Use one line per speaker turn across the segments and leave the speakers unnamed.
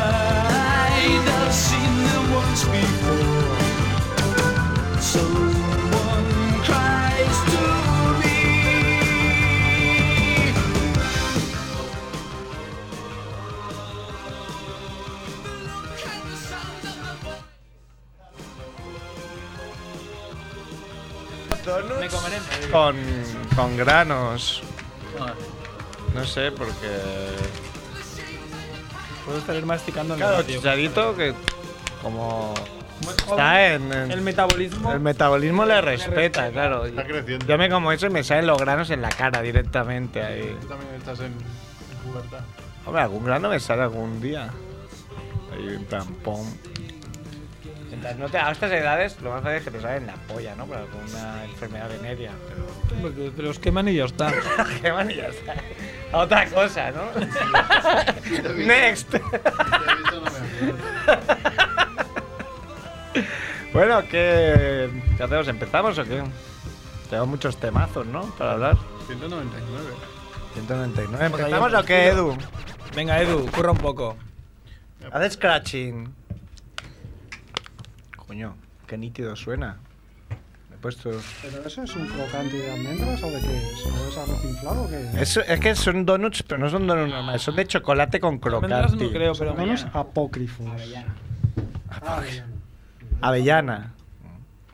mind. I've seen them once before. Someone cries to me.
Me comeré. el-
Con, con granos.
No,
No sé, porque.
Puedo estar masticando en el
Claro,
radio.
chicharito que. Como.
Muy joven,
Está en. en-
El metabolismo.
el metabolismo le respeta, claro.
Está creciendo.
Yo me como eso y me salen los granos en la cara directamente ahí.
Tú también estás en en pubertad.
Hombre, algún grano me sale algún día. Ahí en plan, pum. Mientras no te, a estas edades, lo más fácil es que te salen la polla, ¿no? Por alguna enfermedad venérea.
Porque te los queman y ya está.
Qué manía está. A otra cosa, ¿no? Next.
Ya he visto, no me acuerdo.
bueno, ¿qué, ¿qué hacemos? ¿Empezamos o qué? Tengo muchos temazos, ¿no? Para hablar.
199.
199.
Pues
¿Empezamos o qué, Edu?
Venga, Edu, curra un poco.
Haz scratching. Coño, qué nítido suena. Me he puesto.
¿Pero eso es un crocante de almendras o de qué es? ¿O es arroz inflado o qué
Es,
es?
es que son donuts, pero no son donuts normales, son de chocolate con
Almendras
crocante.
no creo, pero
Menos apócrifos. Ah, avellana.
Avellana.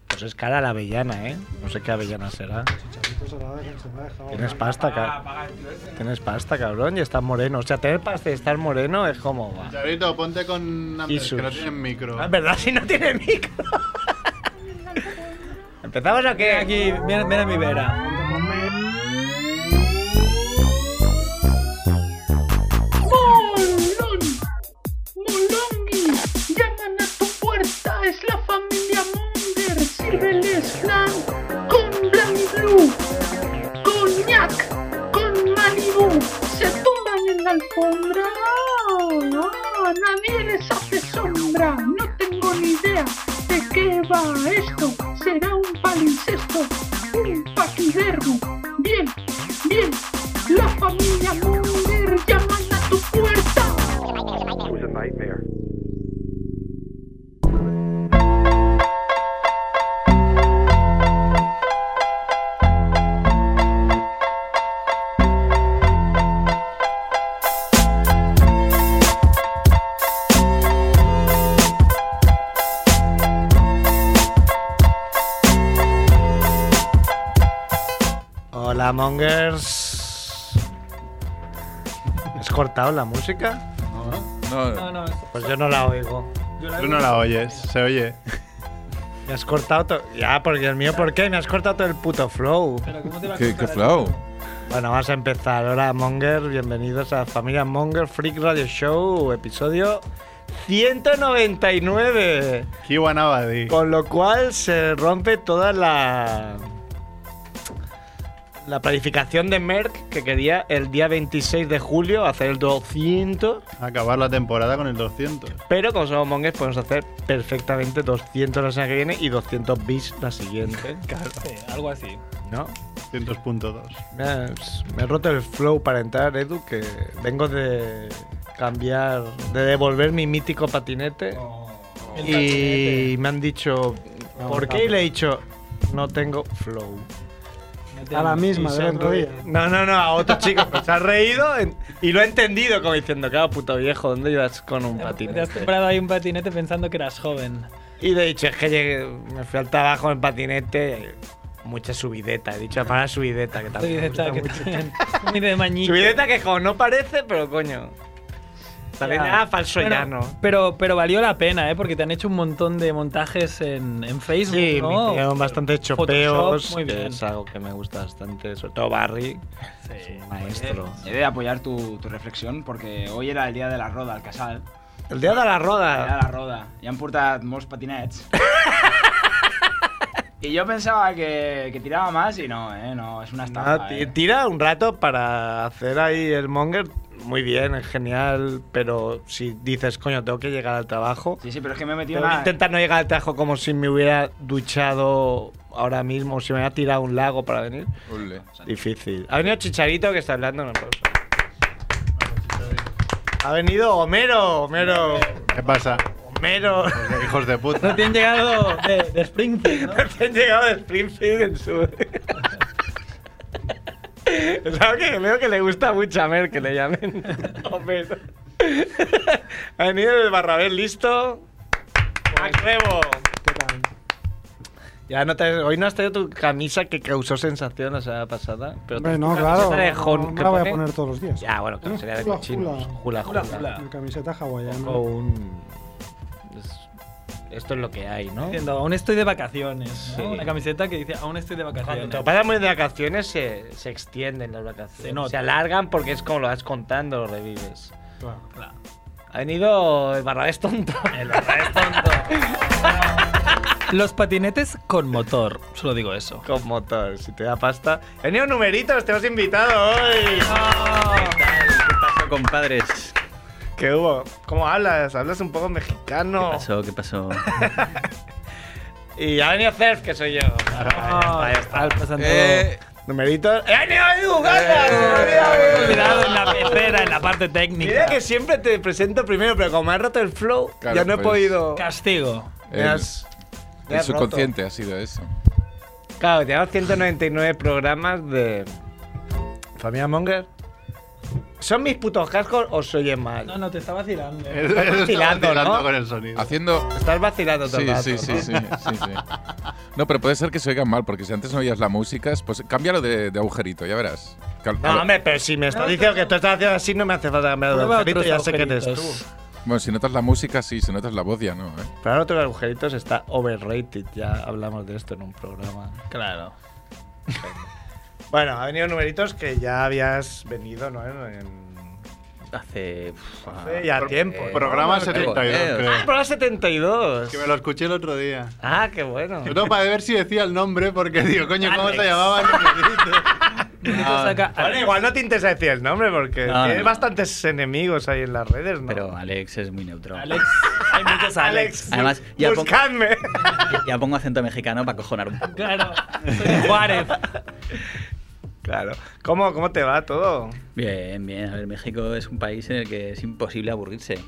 Pues es cara la avellana, ¿eh? No sé qué avellana será.
Chicharito se la deja- se la deja ahora.
Tienes pasta,
Apaga,
cabrón.
apaga el tío ese.
Tienes pasta, cabrón, y estás moreno. O sea, tener pasta y estar moreno es como. va.
Charito, ponte con Amber,
Jesús.
que no tienen micro.
Ah, Es verdad, si no tiene micro. ¿Empezamos o qué?
Aquí, mira, mira mi vera.
¡Molón! ¡Molongi! ¡Llaman a tu puerta! ¡Es la familia Munger! ¡Sírveles flan con Blanc Blue! ¡Coñac! ¡Con Malibu! ¡Se tumban en la alfombra! ¡Ah! ¡Nadie les hace sombra! ¡No tengo ni idea de qué va esto! ¡Será un palincesto! ¡Un paquidermo! ¡Bien! ¡Bien! ¡La familia Munger llaman a tu puerta!
Hola, mongers. ¿Has cortado la música?
no,
No, no, es-
Pues yo no la oigo.
yo
Tú no la oyes, se oye.
Me has cortado todo. Ya, porque Dios mío, ¿por qué? Me has cortado todo el puto flow.
Pero ¿cómo te va a
qué, qué
cortar a ti?
flow.
Bueno, vamos a empezar. Hola, mongers. Bienvenidos a Familia Monger Freak Radio Show, episodio 199.
Kiwanabadi.
Con lo cual se rompe toda la. La planificación de Merck que quería el día 26 de julio hacer el 200.
Acabar la temporada con el 200.
Pero como somos mongers, podemos hacer perfectamente 200 la semana que viene y 200 bis la siguiente.
Sí, algo así.
¿No?
100.2.
Me, has- me he roto el flow para entrar, Edu, que vengo de cambiar, de devolver mi mítico patinete.
Oh. El
y
patinete.
me han dicho, ¿por qué? Y le he dicho, no tengo flow.
No te-
A la
Y
misma
se
del otro
ríe.
día.
No, no, no, a otro chico. pues, Se ha reído en- y lo ha entendido como diciendo, claro, puto viejo, ¿dónde ibas con un
Te has
patinete?
comprado ahí un patinete pensando que eras joven.
Y de hecho, es que llegué, me fui al trabajo en patinete, mucha subideta. He dicho, para subideta, que también. me gusta
Subideta, que
mucho.
también. Muy de mañito.
Subideta que como no parece, pero coño. También,
Ya.
ah, falso
Bueno,
llano.
Pero, pero valió la pena, ¿eh? Porque te han hecho un montón de montajes en, en Facebook,
Sí, me
¿no?
hicieron bastantes
Photoshop,
chopeos,
muy
que
bien.
es algo que me gusta bastante, sobre todo Barry,
Sí.
maestro.
He de apoyar tu, tu reflexión porque hoy era el dia de la roda al casal.
El día de la
El dia
roda.
de la roda. I han portat molts patinets. I jo pensava que, que tirava más i no, eh? No, és una estafa,
Ah, ti-
eh?
tira un rato para hacer ahí el monger. Muy bien, es genial, pero si dices, coño, tengo que llegar al trabajo.
Sí, sí, pero es que m'he metido
Tengo que
una...
intentar no llegar al trabajo como si me hubiera duchado ahora mismo, o si me hubiera tirado a un lago para venir.
Ole.
Difícil. Ha venido Chicharito que está hablando. un aplauso. Ha venido Homero, Homero,
¿Qué pasa?
Homero.
Hijos de puta.
Recién llegado de, de Springfield, ¿no?
Recién llegado de Springfield en su. Es algo que veo que le gusta mucho a Mer que le llamen Homero. ha venido del Barrabés listo. ¡A huevo!
¿Qué tal?
Ya no te- hoy no has traído tu camisa que causó sensación la semana pasada. Pero
Hombre,
te-
no,
tu
claro.
camisa de
No,
Hon-
no me
que
la voy a
pone-
poner todos los días.
Ya, bueno, claro, sería de
Hula,
cochinos. Hula hula.
Mi camiseta hawaiana.
O un. es- Esto es lo que hay, ¿no?
Diciendo, aún estoy de vacaciones. ¿no?
Sí.
Una camiseta que dice, aún estoy de
Cuando
vacaciones.
te pasan muy de vacaciones, se, se extienden las vacaciones.
Se nota.
alargan porque es como lo vas contando, lo revives.
Claro, claro.
Ha venido el Barrabés tonto. El Barrabés tonto.
Los patinetes con motor, solo digo eso.
Con motor, si te da pasta. Ha venido numeritos, te hemos invitado hoy.
¿Qué pasó, compadres?
¿Qué hubo? ¿Cómo hablas? Hablas un poco mexicano.
¿Qué pasó? ¿Qué pasó?
Y ha venido Cerf, que soy yo.
Ah, está el presentador.
eh. Numeritos. ¡Ha venido
Eh,
Edu Gatas!
Me he olvidado en la pecera, en la parte técnica.
eh. Mira que siempre te presento primero, pero como has roto el flow,
Claro,
ya no he
pues.
podido.
Castigo.
Me
El-
has- me
El
has roto.
subconsciente ha sido eso.
Claro, llevamos 199 programas de. Familia Monger. ¿Son mis putos cascos o se oyen mal?
No, no, te está vacilando.
Estaba
vacilando,
vacilando
¿no?
con el sonido.
Haciendo.
Estás vacilando todo
Sí,
el rato,
sí, sí,
¿no?
sí, sí, sí. No, pero puede ser que se oigan mal, porque si antes no oías la música, es- pues cámbialo de, de agujerito, ya verás. Cal-
No, hombre, pero si me estás diciendo que tú estás haciendo así, no me hace falta cambiar de
Prueba
agujerito, ya
otros
sé que eres
agujeritos.
tú.
Bueno, si notas la música, sí, si notas la voz, ya no, ¿eh?
Pero ahora otros agujeritos está overrated, ya hablamos de esto en un programa. Claro. bueno, ha venido numeritos que ya habías venido, ¿no? En, en-
Hace. pf,
hace ya tiempo. ¿eh?
Programa
eh,
72,
Ah,
creo.
programa 72.
Que me lo escuché el otro día.
Ah, qué bueno.
Yo tengo para ver si decía el nombre, porque digo, coño, ¿cómo
Alex.
se llamaba?
Esto saca-
Bueno, igual no te interesa decir el nombre porque
No,
tienes
no.
bastantes enemigos ahí en las redes, ¿no?
Pero Alex es muy neutro.
Alex, hay muchos Alex.
Alex,
Además, ya pon-
buscadme.
Ya pongo acento mexicano para cojonar un poco.
Claro, soy de Juárez.
claro. ¿Cómo, ¿Cómo te va todo?
Bien, bien. A ver, México es un país en el que es imposible aburrirse.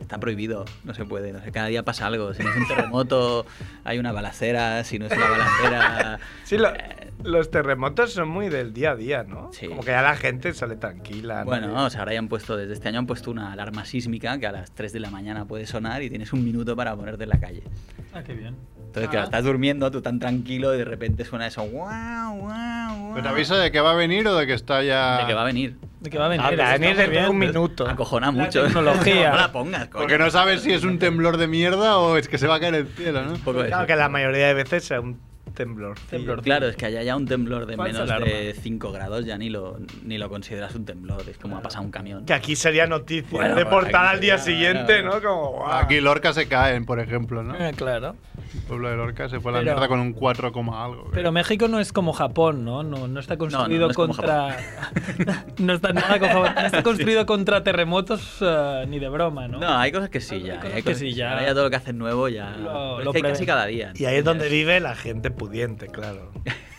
Está prohibido, no se puede. No sé, cada día pasa algo. Si no es un terremoto, hay una balacera. Si no es una balacera.
Sí, lo-
eh,
los terremotos son muy del día a día, ¿no?
Sí.
Como que ya la gente sale tranquila. ¿no? Ah,
Bueno, o sea, ahora ya han puesto, desde este año han puesto una alarma sísmica que a las 3 de la mañana puede sonar y tienes un minuto para ponerte en la calle.
Ah, qué bien.
Entonces, claro, estás durmiendo, tú tan tranquilo y de repente suena eso. ¡Guau, guau, guau!
¿Pero te Pues aviso de que va a venir o de que está ya...?
De que va a venir.
¿De qué va a venir?
Ah,
Eso está
Dani,
muy
dentro de
bien.
un minuto.
Acojona
La
mucho.
tecnología.
No la pongas, coño.
Porque no sabes si es un temblor de mierda o es que se va a caer el cielo, ¿no?
Un poco eso.
Claro que la mayoría de veces sea un temblor.
Temblor.
Claro, es que allá ya un temblor de
Falsa
menos de
alarma.
5 grados ya ni lo, ni lo consideras un temblor. Es como ha pasado un camión.
Que aquí sería noticia
Bueno,
de
pues
portada
aquí
al día
sería-
siguiente, ¿no? Como, guau.
Aquí Lorca se caen, por ejemplo, ¿no?
Eh, claro.
El pueblo de Lorca se fue a la
Pero-
mierda con un 4, coma algo. creo.
Pero México no es como Japón, ¿no? No, no está construido
no es como
contra. no está nada como Japón. No está construido contra terremotos eh, ni de broma, ¿no?
No, hay cosas que sí ya. eh,
cosas
hay
que sí, ya.
Ahora ya todo lo que hacen nuevo ya.
Lo-
Pero es
lo
que hay casi
prevén.
cada día.
Y ahí es donde vive la gente pudiente, claro.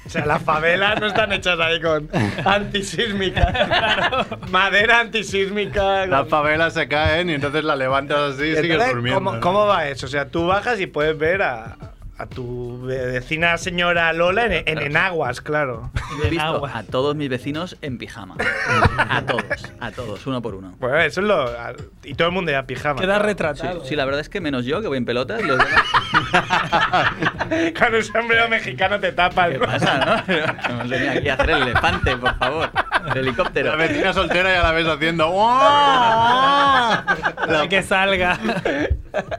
O sea, las favelas no están hechas ahí con antisísmica. Madera antisísmica.
Las favelas se caen y entonces la levantas así y
Entonces,
sigues durmiendo.
¿cómo, cómo va eso? O sea, tú bajas y puedes ver a, a tu vecina señora Lola en, en enaguas, claro.
Yo he
En
visto
agua.
a todos mis vecinos en pijama. a todos, a todos, uno por uno.
Bueno, eso es lo. a- Y todo el mundo ya pijama.
Queda
claro.
Sí,
retratado.
sí, la verdad es que menos yo, que voy en pelotas, los demás-
Con un sombrero mexicano te tapa el.
¿Qué pasa, no? Hemos venido aquí a hacer el elefante, por favor. El helicóptero.
La vecina soltera ya la ves haciendo. "¡Oh!". ¡guau!
Para que salga.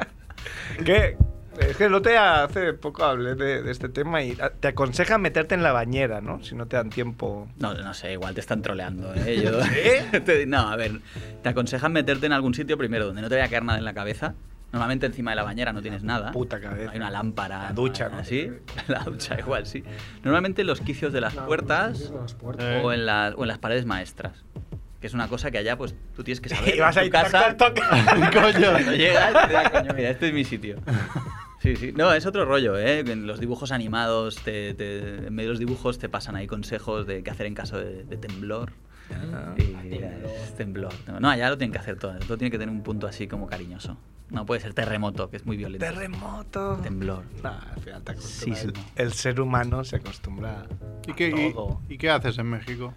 ¿Qué? Es que el otro día hace poco hablé de, de este tema y ah, te aconsejan meterte en la bañera, ¿no? Si no te dan tiempo.
No, no sé, igual te están troleando, ¿eh? Yo-
¿Sí?
te- no, a ver, te aconsejan meterte en algún sitio primero donde no te vaya a caer nada en la cabeza. Normalmente encima de la bañera no tienes nada.
puta cabeza.
Hay una lámpara.
La ducha, ¿no?
Así. La ducha, igual, sí. Normalmente en los quicios de las
Claro, los
puertas
vídeos de las puertas.
Eh.
o en, las o en las paredes maestras. Que es una cosa que allá, pues, tú tienes que saber.
Y vas
en
ahí,
tu casa,
toc, toc, toc.
Cuando llegas, te da, coño, mira, este es mi sitio. Sí, sí. No, es otro rollo, ¿eh? En los dibujos animados, te- te- en medio de los dibujos te pasan ahí consejos de qué hacer en caso de, de temblor.
Ah.
Y mira, es tembló. No, no, allá lo tienen que hacer todo. Todo tiene que tener un punto así como cariñoso. No puede ser terremoto, que es muy violento.
Terremoto.
Temblor.
Nah, al final te acostumbras.
Sismo.
El, el ser humano se acostumbra.
¿Y qué, y- y qué haces en México?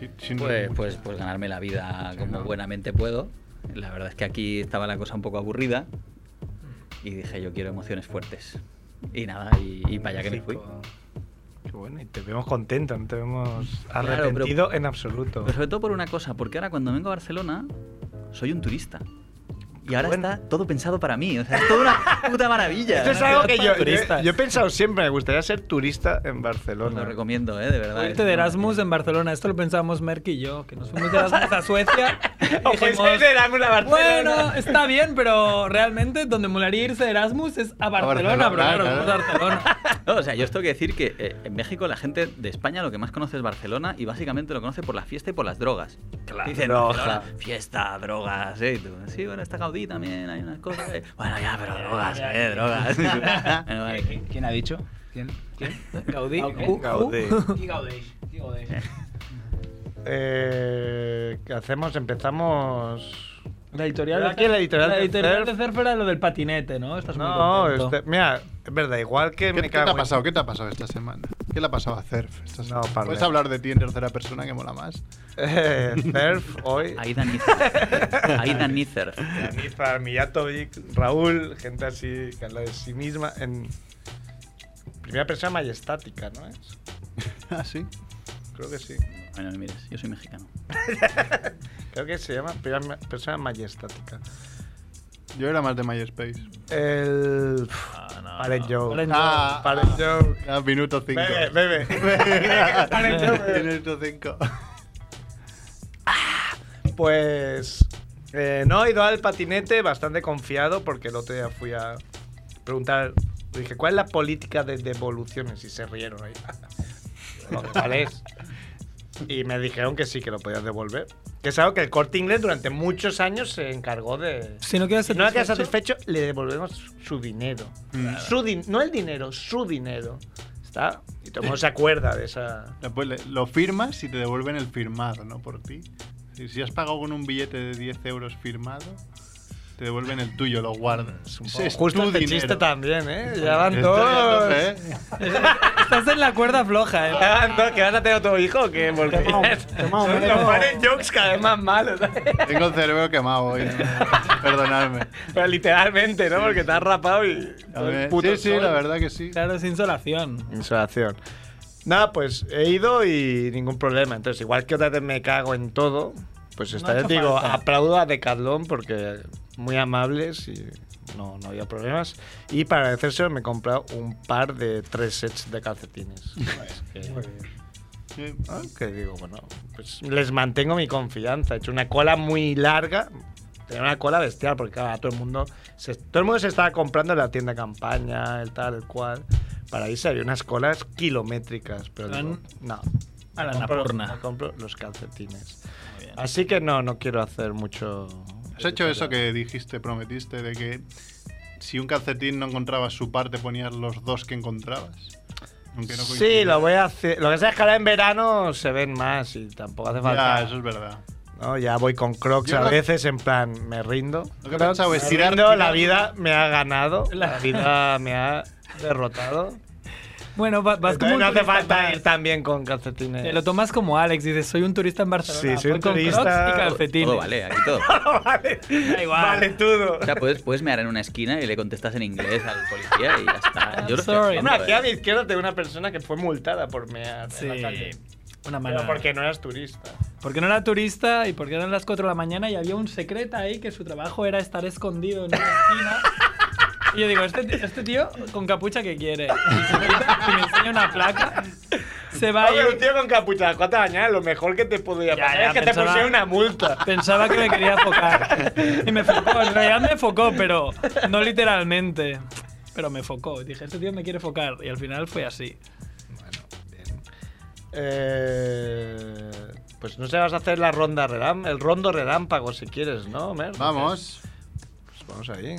Si- si no-
Pues, pues, pues ganarme la vida como buenamente puedo. La verdad es que aquí estaba la cosa un poco aburrida y dije yo quiero emociones fuertes. Y nada, y, y para allá que me fui.
Qué bueno, y te vemos contento, no te vemos
Claro, pero-
arrepentido en absoluto.
Pero sobre todo por una cosa, porque ahora cuando vengo a Barcelona soy un turista. Y ahora está todo pensado para mí, o sea, es toda una puta maravilla.
Esto es
Una
algo
ciudad
que
para
yo, yo,
turistas.
yo he pensado siempre, me gustaría ser turista en
Os lo
Barcelona.
recomiendo, ¿eh? de verdad.
O
es
irte de
una-
Erasmus en Barcelona. Esto lo pensábamos Merck y yo, que nos fuimos de Erasmus a Suecia. y dijimos, Bueno, está bien, pero realmente donde molaría irse de Erasmus es a Barcelona,
Barcelona,
bro. Claro,
claro.
vamos a Barcelona.
No, o sea, yo os tengo que decir que eh, en México la gente de España lo que más conoce es Barcelona y básicamente lo conoce por la fiesta y por las drogas.
Claro.
Dicen,
Droga.
"Barcelona, fiesta, drogas, ¿eh? Y tú, sí, bueno, está Gaudí también, hay unas cosas. eh". Bueno, ya, pero drogas, ¿eh? Drogas. Bueno, vale.
¿Quién ha dicho? ¿Quién? ¿Quién?
Gaudí.
uh,
Gaudí.
Gaudí.
¿Qué gaudéis? ¿Qué gaudéis?
Eh, ¿Qué hacemos? Empezamos.
La editorial,
Aquí la editorial
la
de
editorial
Cerf.
de Cerf era lo del patinete, ¿no? Estás muy
No,
contento.
este- mira, es verdad, igual que
¿Qué,
me
qué te
cago
ha
en-
pasado? ¿Qué te ha pasado esta semana? ¿Qué le ha pasado a Cerf? esta semana?
parlem.
¿Puedes hablar de ti en tercera persona que mola más?
Eh, Cerf hoy.
Aida Nícer. Aida Nícer.
Aníbal, Mijatovic, Raúl, gente así que habla de sí misma en primera persona majestática, ¿no es?
Ah, sí.
Creo que sí.
Bueno, no mires, yo soy mexicano.
Creo que se llama primera ma- persona majestática.
Yo era más de MySpace.
El. Palet Joe.
Palet
Ah,
Palet Joe.
ah, minuto 5.
Bebe, bebe.
minuto 5.
Pues. eh, no, he ido al patinete bastante confiado porque el otro día fui a preguntar. Dije, ¿cuál es la política de devoluciones? Y se rieron ahí. Lo que, ¿Cuál es? Y me dijeron que sí, que lo podías devolver. Que es algo que el corte inglés durante muchos años se encargó de.
Si no quedas
Si no la queda
satisfecho-
satisfecho, le devolvemos su dinero.
Mm.
Su din- no el dinero, su dinero. Está. Y todo el mundo se acuerda de esa.
Después le- lo firmas y te devuelven el firmado, ¿no? Por ti. Si, si has pagado con un billete de 10 euros firmado, te devuelven el tuyo, lo guardas.
Es un
Ese
poco
es
justo
tu
este
dinero.
chiste también, ¿eh? Ya van
Estoy a
todos.
tope, ¿eh?
Estás en la cuerda floja, ¿eh?
Ya van todos, Ah, que vas a tener otro hijo, que porque
quemado,
son los
quemado.
pares jokes cada vez más malos. ¿sabes?
Tengo el cerebro quemado hoy. ¿no? Perdonadme.
Pero literalmente, ¿no? Porque te has rapado y.
A
todo el
ver,
puto
Sí, sí,
sol.
la verdad que sí.
Claro, es insolación.
Insolación. Nada, pues he ido y ningún problema. Entonces, igual que otra vez me cago en todo, pues esta
ha
vez
hecho
digo,
falta.
aplaudo a Decathlon porque muy amables y no, no había problemas. Y para agradecérselo me he comprado un par de tres sets de calcetines. Es que-
Sí.
Ah, que digo, bueno, pues les mantengo mi confianza. He hecho una cola muy larga. Tenía una cola bestial porque claro, todo el mundo se, todo el mundo se estaba comprando en la tienda de campaña, el tal, el cual. Para irse había unas colas kilométricas, pero
Van
digo, no.
a la
Me compro-
Annapurna.
me compro los calcetines. Así que no, no quiero hacer mucho.
¿Has hecho eso que dijiste, prometiste, de que si un calcetín no encontrabas su par, te ponías los dos que encontrabas? Aunque no
Sí,
coincidiera.
lo voy a hacer. Lo que pasa es que ahora en verano se ven más y tampoco hace falta.
Ya, eso es verdad.
¿no? Ya voy con crocs
Yo
a
lo-
veces, en plan, me rindo.
Lo que he pensado es
Me
tirar-
rindo,
tirar-
Pues la vida me ha ganado, la vida me ha derrotado.
Bueno, va- vas
Entonces
como un
no hace
turista
falta
más.
ir tan bien con calcetines.
Te lo tomas como Alex, dices, soy un turista en Barcelona.
Sí, soy
voy
un
con crocs
turista.
y
Todo,
calcetines.
todo vale, aquí todo.
vale,
Da igual.
vale todo.
O sea, puedes, puedes mear en una esquina y le contestas en inglés al policía y ya está. Yo lo estoy
Sorry.
haciendo,
Hombre, aquí
¿eh?
a mi izquierda tengo una persona que fue multada por mear
Sí,
en la calle.
una mano.
Pero porque no eras turista.
Porque no era turista y porque eran las 4 de la mañana y había un secreta ahí que su trabajo era estar escondido en una esquina. Y yo digo, este, tío- este tío con capucha que quiere. Y se me, quita- y me enseña una placa, se va
Hombre, un
y
tío con capucha a las cuatro de la mañana, lo mejor que te podía
Ya,
pasar
ya,
es que
pensaba-
te pusieron una multa.
pensaba que me quería focar. Y me focó, en realidad me focó, pero no literalmente. Pero me focó. Dije, este tío me quiere focar. Y al final fue así.
Eh, pues no sé, vas a hacer la ronda relámpago, el rondo relámpago si quieres, ¿no, Mer?
Vamos.
Pues vamos ahí.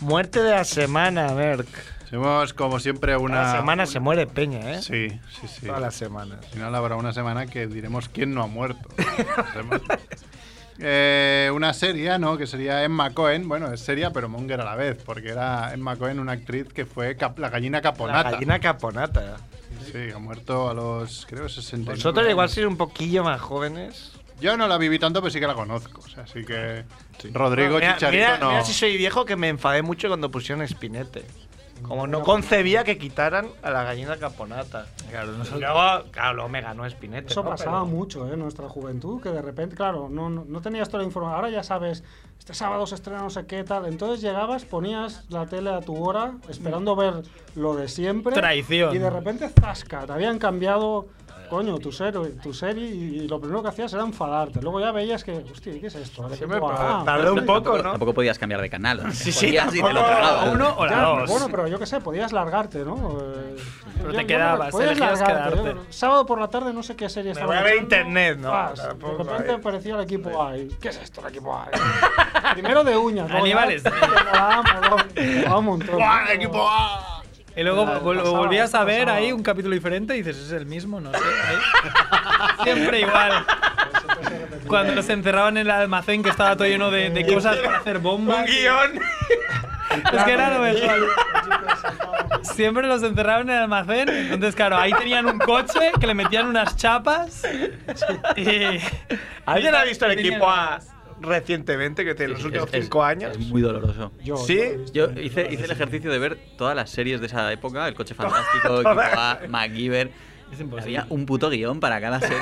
Muerte de la semana, Merck.
Somos, como siempre, una.
Cada semana se muere Peña, ¿eh?
Ah, Sí, sí, sí.
Todas las semanas.
Al final habrá una semana que diremos quién no ha muerto. Eh, una serie, ¿no? Que sería Emma Cohen. Bueno, es seria, pero Monger a la vez, porque era Emma Cohen una actriz que fue cap- la gallina
La
caponata.
gallina caponata.
Sí, ha muerto a los, creo, 60.
Vosotros igual sois un poquillo más jóvenes.
Yo no la viví tanto, pero sí que la conozco. O sea, así que. Rodrigo
Mira,
Chicharito
mira-
no.
mira si soy viejo que me enfadé mucho cuando pusieron Espinete. Como no concebía que quitaran a la gallina caponata. Claro, luego, claro, luego me ganó Espinete.
Eso
¿no?
pasaba
Pero-
mucho ¿eh? en nuestra juventud, que de repente, claro, no, no, no tenías toda la información. Ahora ya sabes, este sábado se estrena no sé qué tal. Entonces llegabas, ponías la tele a tu hora, esperando ver lo de siempre.
Traición.
Y de repente, zasca, te habían cambiado, coño, tu, serie, tu serie y, y lo primero que hacías era enfadarte. Luego ya veías que, hostia, ¿qué es esto? De repente, ah,
tardé un poco, ¿no?
Tampoco podías cambiar de canal. o sea,
Sí, sí,
podías y te lo
tampoco.
tragabas.
Uno o la
Ya,
dos.
Bueno, pero yo qué sé, podías largarte, ¿no? Eh,
Pero te
yo-
quedabas,
podías
elegías
largarte.
quedarte.
Yo, sábado por la tarde, no sé qué serie
Me
estaba
voy a ver
echando,
internet, ¿no?
pas, de
Tampoco,
repente
eh.
aparecía el equipo A. y, ¿Qué es esto, el equipo A? Primero de uñas, ¿no?
Animales.
Ya, Molaba, molaba, molaba un montón.
¡Buah, equipo A!
Y luego
Claro,
vol-
pasaba,
volvías a ver
pasaba.
ahí un capítulo diferente y dices, es el mismo, no sé. ahí. Siempre igual. Cuando los encerraban en el almacén que estaba todo lleno de, de cosas para hacer
Un
bombas.
guión.
Es que era lo mejor. Siempre los encerraban en el almacén. Entonces, claro, ahí tenían un coche que le metían unas chapas. Y...
¿Alguien ha visto el
Tenían-
equipo A recientemente, que tiene los últimos
es-
cinco años?
Es muy doloroso.
Yo,
¿Sí?
yo lo he visto.
Yo hice, hice el ejercicio de ver todas las series de esa época, El Coche Fantástico, Equipo A, MacGyver.
Es imposible.
Había un puto guión para cada serie.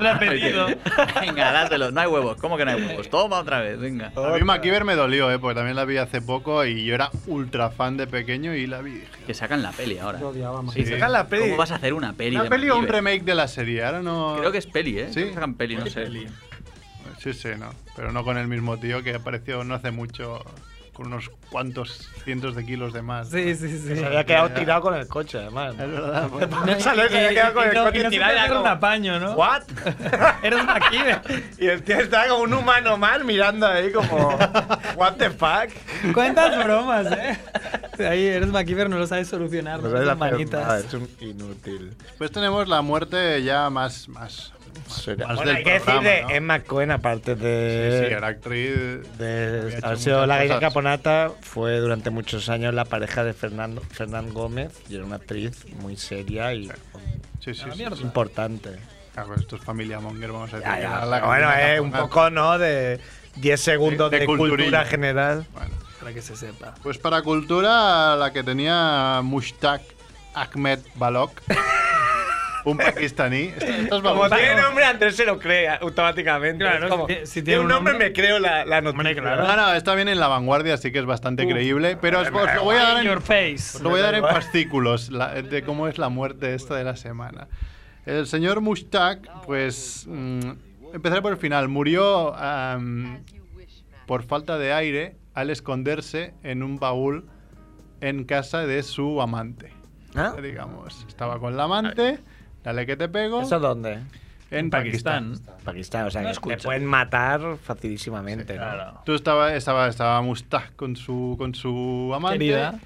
Repetido.
Venga, dáselo. No hay huevos. ¿Cómo que no hay huevos? Toma otra vez, venga.
A mí MacGyver me dolió, ¿eh? Porque también la vi hace poco y yo era ultra fan de pequeño y la vi. y dije,
Que sacan la peli ahora.
Yo odiaba más.
Sí.
Sacan la peli.
¿Cómo vas a hacer una peli
¿Una
de
peli o un
MacGyver?
remake de la serie? Ahora no.
Creo que es peli, ¿eh?
Sí.
Creo que sacan peli, no sé.
Sí, sí, no. Pero no con el mismo tío que apareció no hace mucho, con unos cuantos cientos de kilos de más.
Sí, sí, sí.
Se había quedado tirado con el coche, además. ¿no?
Es verdad, pues.
Sale- se había quedado con el
Y no-
coche
y no se
tirado. y
podía
era
hacer un
como,
apaño, ¿no?
¿What?
Eres una MacGyver.
y el tío estaba como un humano mal mirando ahí como, what the fuck.
Cuentas bromas, ¿eh? Ahí eres MacGyver, no lo sabes solucionar. No
No sabes
son
hacer nada,
manitas.
es un inútil.
Pues tenemos la muerte ya más. más, más,
Será.
más
Bueno,
del
hay que decir
programa,
de
¿no?
Emma Cohen, aparte de,
Eh.
Sí, sí, era actriz.
de
Había hecho
haber sido
muchas
la gallina
cosas.
caponata, fue durante muchos años la pareja de Fernando Fernán Gómez y era una actriz muy seria y
Sí, sí, sí.
importante.
Ah, pues esto es familia Monger, vamos a decir. que era la
Pero bueno,
gallina
eh, un
caponata.
poco, ¿no? De 10 segundos
De-
de,
de culturilla.
cultura general.
Bueno.
Para que se sepa.
Pues para cultura, la que tenía Mushtaq Ahmed Balok, un pakistaní. Esto- esto es
Como
balusta,
tiene
¿no?
nombre, Andrés se lo cree automáticamente.
Claro,
Es como,
si- si tiene
un
un
nombre,
nombre-
me creo la, la noticia. ¿Ah?
No, no, está bien en la vanguardia, así que es bastante creíble, pero os, os lo voy a dar
In
en,
your face.
os lo voy a dar en fascículos la- de cómo es la muerte esta de la semana. El señor Mushtaq, pues mm, empezaré por el final, murió am, por falta de aire al esconderse en un baúl en casa de su amante.
¿Ah?
digamos. Estaba con la amante, dale que te pego,
¿Eso dónde?
en Pakistán.
Pakistán, o sea,
No
que
escucha.
te pueden matar facilísimamente, ¿no?
Tú estaba, estaba, estaba Mustaq con su, con su amante.
Querida.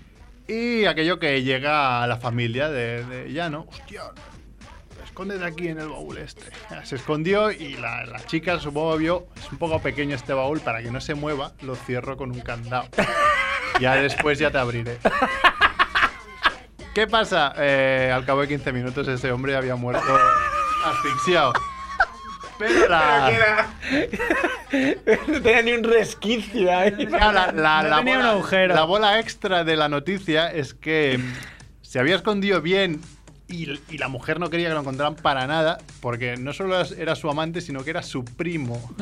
Y aquello que llega a la familia de, de ya, ¿no? Hostia, escóndete aquí en el baúl este. Se escondió y la, la chica, supongo, vio, es un poco pequeño este baúl, para que no se mueva, lo cierro con un candado. ya después ya te abriré. ¿Qué pasa? Eh, al cabo de 15 minutos ese hombre había muerto asfixiado. Pero la...
No tenía ni un resquicio ahí.
Claro, la, la-
No
la
tenía
bola,
un agujero.
la bola extra de la noticia es que em, se había escondido bien y, y la mujer no quería que lo encontraran para nada, porque no solo era- era su amante, sino que era su primo.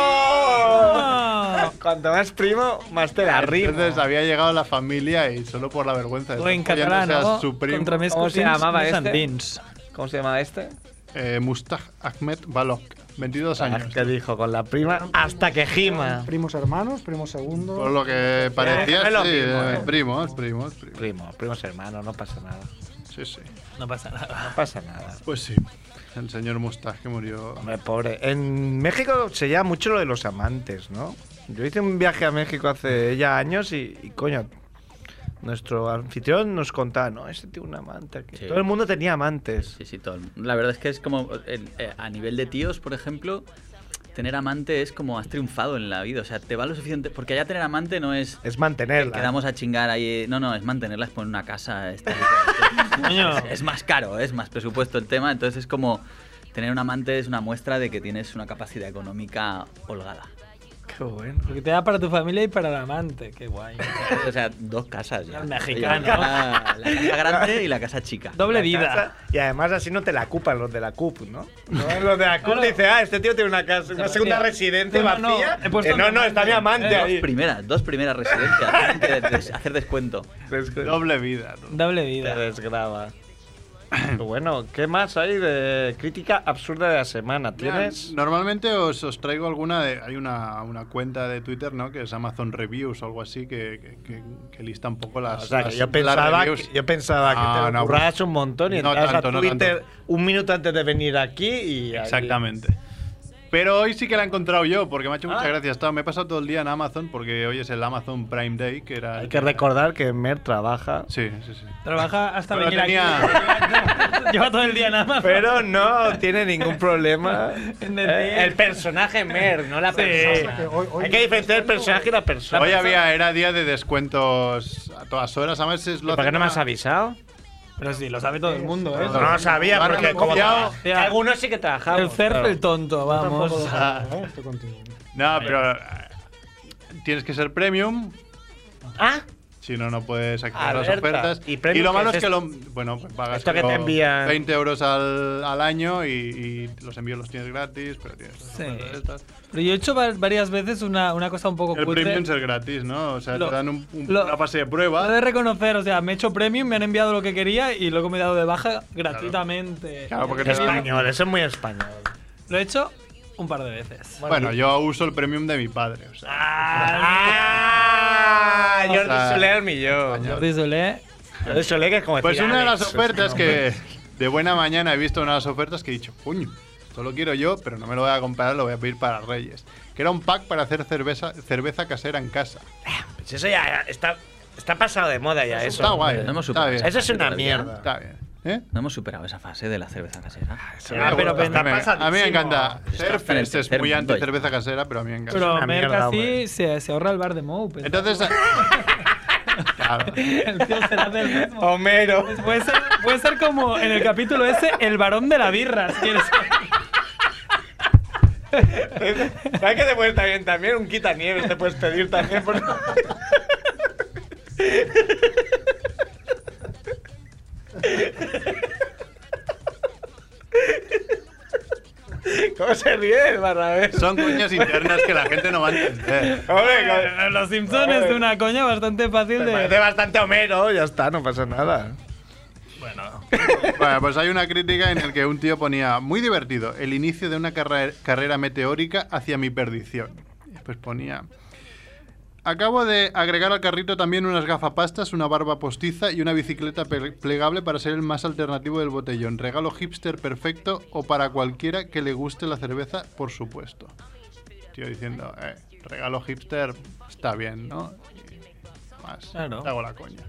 ¡Primo!
No.
Cuanto más primo, más te la rimo.
Entonces había llegado la familia y solo por la vergüenza de
O en
estar follándose
catalán,
a
¿no?
su primo.
Contra mis
¿Cómo se
cosins,
llamaba
mis
este?
andins.
¿Cómo se llama este?
Eh, Mustaj Ahmed Balok,
Ah,
22 años.
¿Qué Ah, dijo? Con la prima hasta que gima.
Primos hermanos, primos segundos.
Por lo que parecía,
es lo
sí,
mismo,
eh,
eh.
primos, primos, primos.
Primo, primos hermanos, no pasa nada.
Sí, sí.
No pasa nada.
Ah.
No pasa nada.
Pues sí, el señor Mustaj que murió.
Hombre, pobre. En México se llama mucho lo de los amantes, ¿no? Yo hice un viaje a México hace ya años y, y, coño, nuestro anfitrión nos contaba, no, ese tío un amante. que
Sí.
Todo el mundo tenía amantes.
Sí, sí, todo. el mundo. La verdad es que es como, eh, eh, a nivel de tíos, por ejemplo, tener amante es como has triunfado en la vida. O sea, te va lo suficiente. Porque allá tener amante no es.
Es mantenerla.
Quedamos a chingar ahí. No, no, es mantenerla, es poner una casa. Es,
Coño.
es- es más caro, es más presupuesto el tema. Entonces es como. Tener un amante es una muestra de que tienes una capacidad económica holgada.
Qué bueno.
Porque te da para tu familia y para el amante. Qué guay.
O sea, dos casas ya.
Los mexicanos.
La, la casa grande y la casa chica.
Doble
La
vida.
casa- y además así no te la ocupan los de la CUP, ¿no? No, Los de la CUP
No, no.
dicen, ah, este tío tiene una casa, una
Vacía.
segunda residencia
No, no, no,
vacía. Eh,
he
No,
puesto
no,
mi
está mi amante
Dos
ahí.
primeras, dos primeras residencias. Tienen que des- hacer descuento.
Doble vida. tú.
Doble
Te
vida.
desgraba. bueno, ¿qué más hay de crítica absurda de la semana? ¿Tienes?
Mira, normalmente os, os traigo alguna de... Hay una, una cuenta de Twitter, ¿no? Que es Amazon Reviews o algo así, que, que- que- que lista un poco las...
O sea, que
las-
yo
las
pensaba,
reviews.
que, yo pensaba que
Ah,
te lo
no,
currabas un montón y
no
entrabas
tanto,
a
no
Twitter un minuto antes de venir aquí y... ahí-
Exactamente. Pero hoy sí que la he encontrado yo, porque me ha hecho mucha
Ah.
gracia. Estaba- me he pasado todo el día en Amazon, porque hoy es el Amazon Prime Day, que era...
Hay que recordar que Mer trabaja,
Sí, sí, sí.
Trabaja hasta
Pero
venir aquí. Lleva todo el día nada más.
pero no tiene ningún problema. Eh,
En decir-
el personaje Mer, no la persona.
Que hoy- hoy-
Hay que diferenciar el personaje y la persona.
Hoy había, era día de descuentos a todas horas. Además, es lo
¿Por qué
hacen
no me has
una-
avisado?
Pero sí, lo sabe todo el mundo, ¿eh?
No lo sabía,
Ahora
porque
me he
como
confiado.
que algunos sí que trabajamos.
El CERF,
Claro.
el tonto, vamos.
Tampoco lo sabía, ¿eh? Estoy contigo.
No, pero eh, tienes que ser premium.
Ah,
Si no, no puedes acceder a las
Alerta.
ofertas.
¿Y premium
lo malo
qué
es
es
que lo. Bueno, pues pagas
Esto que te
como
envían.
20 euros al, al año y, y los envíos los tienes gratis, pero tienes. las
Sí.
ofertas estas.
Pero yo he hecho va- varias veces una, una cosa un poco
El
cutre.
premium es gratis, ¿no? O sea,
Lo-
te dan un- un-
lo-
una fase de
Lo
prueba.
de reconocer, o sea, me he hecho premium, me han enviado lo que quería y luego me he dado de baja gratuitamente.
Claro, porque te dan-
español, eso es muy español.
Lo he hecho un par de veces.
Bueno, yo uso el premium de mi padre. O sea,
Ah, Jordi
sea,
Soler, mi yo.
Jordi Solé,
Jordi Soler, que es como
Pues
decir
una de las
Alex,
ofertas
es
que de buena mañana he visto una de las ofertas que he dicho, coño, esto lo quiero yo, pero no me lo voy a comprar, lo voy a pedir para Reyes. Que era un pack para hacer cerveza, cerveza casera en casa.
un- Pues eso ya está, está pasado de moda ya, eso. Ah,
está guay.
no hemos
está
superado
bien.
esa
Eso es
fase
una
todavía.
mierda.
Está bien. ¿Eh?
No hemos superado esa fase de la cerveza casera.
Ah, pero
a, mí,
está pasadísimo.
a mí me encanta. Surfers es
tercer
muy
mundo
anti
ya.
cerveza casera, pero a mí me encanta.
Pero
una
Merck
mierda,
así
hombre.
se, se ahorra el bar de Mou. pero
Entonces. Claro.
el tío será del mismo.
Oh. Homero.
Puede ser, puede ser como en el capítulo ese, el varón de la birra, si quieres.
¿Sabes qué te puedes también? También un quitanieves te puedes pedir también. Por... ¿Cómo se ríe el Barrabés?
Son cuñas internas que la gente no va a entender.
Hombre, co-
Los Simpsons es de una coña bastante fácil
me parece
de.
bastante Homero, ya está, no pasa nada.
Bueno, pues hay una crítica en el que un tío ponía muy divertido el inicio de una carre- carrera meteórica hacia mi perdición. Y después ponía acabo de agregar al carrito también unas gafapastas, una barba postiza y una bicicleta pe- plegable para ser el más alternativo del botellón. Regalo hipster perfecto o para cualquiera que le guste la cerveza, por supuesto. Tío diciendo, eh, regalo hipster está bien, ¿no? Y Más.
Claro.
Te hago la coña.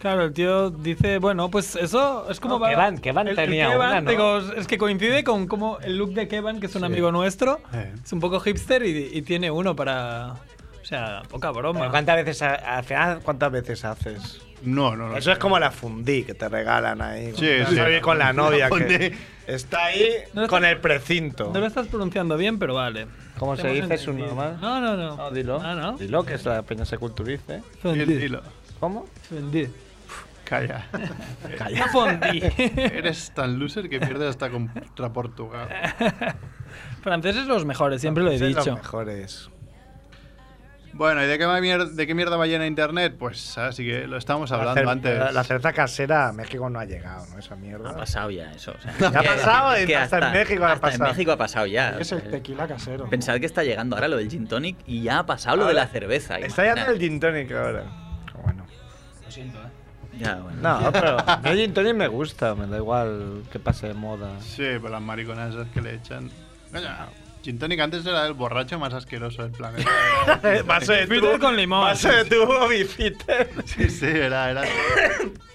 Claro, el tío dice, bueno, pues eso es como.
No, Kevan- Kevan
el- el
tenía
Kevan,
una, ¿no?
digo, es que coincide con como el look de Kevan, que es un amigo nuestro.
Eh.
Es un poco hipster y, y tiene uno para. O sea, poca broma.
Bueno, ¿Cuántas veces, ha- hace- ah, ¿Cuántas veces haces?
No, no, no.
Eso es como la fundí que te regalan ahí.
Sí,
Vas a
sí.
salir con la novia que
Fundí.
está ahí
No lo
con
está-
el precinto.
No lo estás pronunciando bien, pero vale.
¿Cómo
Te
se
hemos
dice? ¿Es un
entendido.
normal?
No, no, no.
No, dilo.
Ah, no.
Dilo que es la peña se culturice.
Bien,
Fondue.
dilo.
¿Cómo?
Fondue.
Calla.
No fondue.
Eres tan loser que pierdes hasta contra Portugal.
Franceses los mejores, siempre lo he
Son los
dicho.
mejores.
Bueno, ¿y de qué, va mier- de qué mierda va llena internet? Pues así que lo estábamos
La,
hablando
cer-
antes.
la- la cerveza casera a México no ha llegado, ¿no? Esa mierda.
Ha
Ah,
pasado ya eso. o sea,
ha
que-
pasado y
que
hasta en México ha
hasta en
pasado.
México ha pasado ya.
Es
eh,
el tequila casero.
Pensad que está llegando ahora lo del gin tonic y ya ha pasado lo de la cerveza.
Está
imaginad.
llegando el gin tonic ahora. Bueno.
Lo siento, ¿eh?
Ya, bueno.
No, pero a mí el gin tonic me gusta, me da igual que pase de moda.
Sí, pero las mariconas esas que le echan. Coño, Gin Tonic antes era el borracho más asqueroso del planeta. Eh,
Vaso de
Bitter
tubo-
con limón.
Vaso de tubo, bifitter.
Sí, sí, era, era.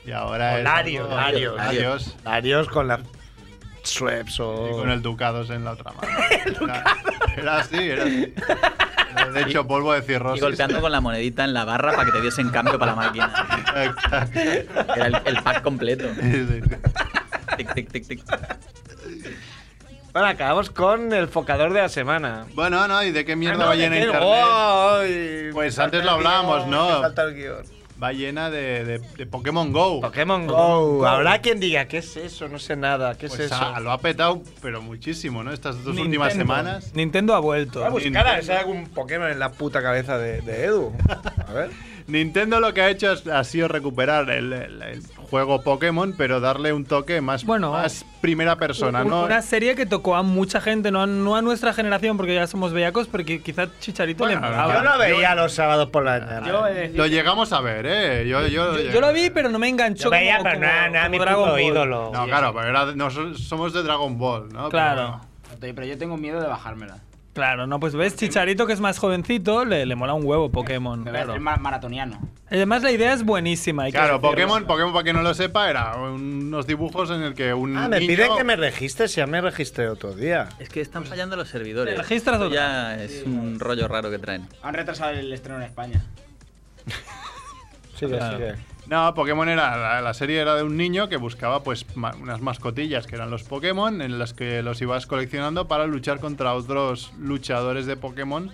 Y ahora es.
Larios,
algo-
Larios.
Larios.
Larios con la Schweppes o...
Y con el Ducados en la otra mano. Era, era así, era así. Era, De hecho, polvo de cirrosis.
Y golpeando con la monedita en la barra para que te diesen cambio para la máquina. Era el, el pack completo. Tic, tic, tic, tic.
Bueno, acabamos con el focador de la semana.
Bueno, no, ¿y de qué mierda
Ah, no,
va llena
¿de qué?
internet?
Guay.
Pues
Falta
antes
el
lo hablábamos,
guión,
¿no?
que Falta el guión.
Va llena de, de- de Pokémon Go.
Pokémon Go. Habrá quien diga, ¿qué es eso? No sé nada. ¿Qué
Pues
es eso?
ah, lo ha petado, pero muchísimo, ¿no? Estas dos
Nintendo.
últimas semanas.
Nintendo ha vuelto.
Voy a buscar a ver si hay pues algún Pokémon en la puta cabeza de, de Edu. A ver.
Nintendo lo que ha hecho es- ha sido recuperar el, el- el juego Pokémon, pero darle un toque más,
Bueno,
más primera persona,
Un-
¿no?
Una serie que tocó a mucha gente, no a, no a nuestra generación porque ya somos bellacos, porque quizá Chicharito le molaba.
Yo no veía los sábados por la mañana.
Yo, eh, he de decir-
Lo llegamos a ver, ¿eh? Yo, yo,
yo- yo lo vi, pero no me enganchó.
Yo veía,
como,
pero no
como-
era- no era
como
mi
Dragon
puto
Ball.
ídolo.
No, claro, pero era- nos- somos de Dragon Ball, ¿no?
Claro.
Pero yo tengo miedo de bajármela.
Claro, no, pues ves, Chicharito, que es más jovencito, le, le mola un huevo Pokémon.
Me voy a hacer
claro.
ma- maratoniano.
Además, la idea es buenísima. hay que
Claro,
decirlo.
Pokémon, Pokémon, para quien no lo sepa, era unos dibujos en el que un
Ah, me
niño-
piden que me registre si ya me registré otro día.
Es que están fallando los servidores.
¿Te registras
Esto
otra?
Ya es un rollo raro que traen.
Han retrasado el estreno en España.
Sigue,
Claro.
sigue.
No, Pokémon era la, la serie era de un niño que buscaba pues ma- unas mascotillas que eran los Pokémon en las que los ibas coleccionando para luchar contra otros luchadores de Pokémon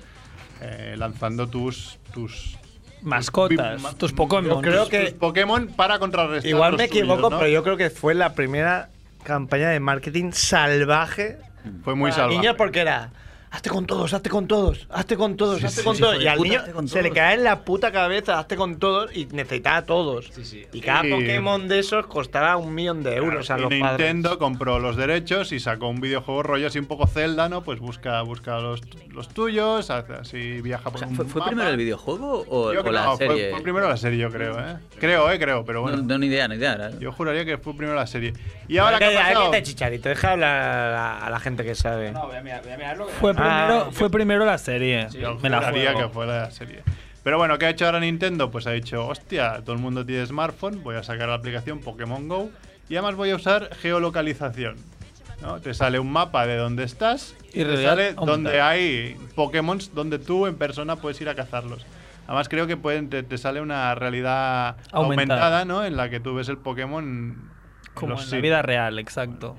eh, lanzando tus tus
Mascotas,
Ma-
tus Pokémon.
Yo creo
tus-
que-
tus Pokémon para contrarrestar
Igual
los
me
tuyos,
equivoco,
¿no?
pero yo creo que fue la primera campaña de marketing salvaje.
fue muy
para
salvaje.
niños porque era hazte con todos, hazte con todos, hazte con todos, hazte
sí,
con
sí,
todos.
hijo
Y
de
al
puta,
niño
hazte con
se le
todos.
cae en la puta cabeza, hazte con todos y necesitaba a todos. Y cada
Sí.
Pokémon de esos costaba un millón de euros
Claro,
a
y
los
Nintendo
padres.
compró los derechos y sacó un videojuego rollo así un poco Zelda, ¿no? Pues busca busca los, los tuyos, hace así viaja por
O sea,
un
¿fue, fue
mapa.
primero el videojuego o,
Yo
o
creo-
la
no, fue-
serie?
Fue, primero la serie, yo creo, ¿eh? Creo, ¿eh? Creo, pero
No,
bueno.
no, ni idea, ni idea. era-
Yo juraría que fue primero la serie. ¿Y ahora qué ha
Venga,
pasado?
quita, chicharito, deja hablar a, a la gente que sabe.
No, voy a, mirar, voy a mirarlo.
Fue,
Ah.
primero, fue primero la serie.
Yo
Me la
juraría
juego.
que fue la serie. Pero bueno, ¿qué ha hecho ahora Nintendo? Pues ha dicho, hostia, todo el mundo tiene smartphone, voy a sacar la aplicación Pokémon Go y además voy a usar geolocalización. ¿no? Te sale un mapa de dónde estás
Y
y te
realidad
sale
aumentada.
donde hay Pokémon donde tú en persona puedes ir a cazarlos. Además creo que pueden, te, te sale una realidad
Aumentada.
aumentada, ¿no? En la que tú ves el Pokémon en
Como
los
en la
sitios.
vida real, exacto.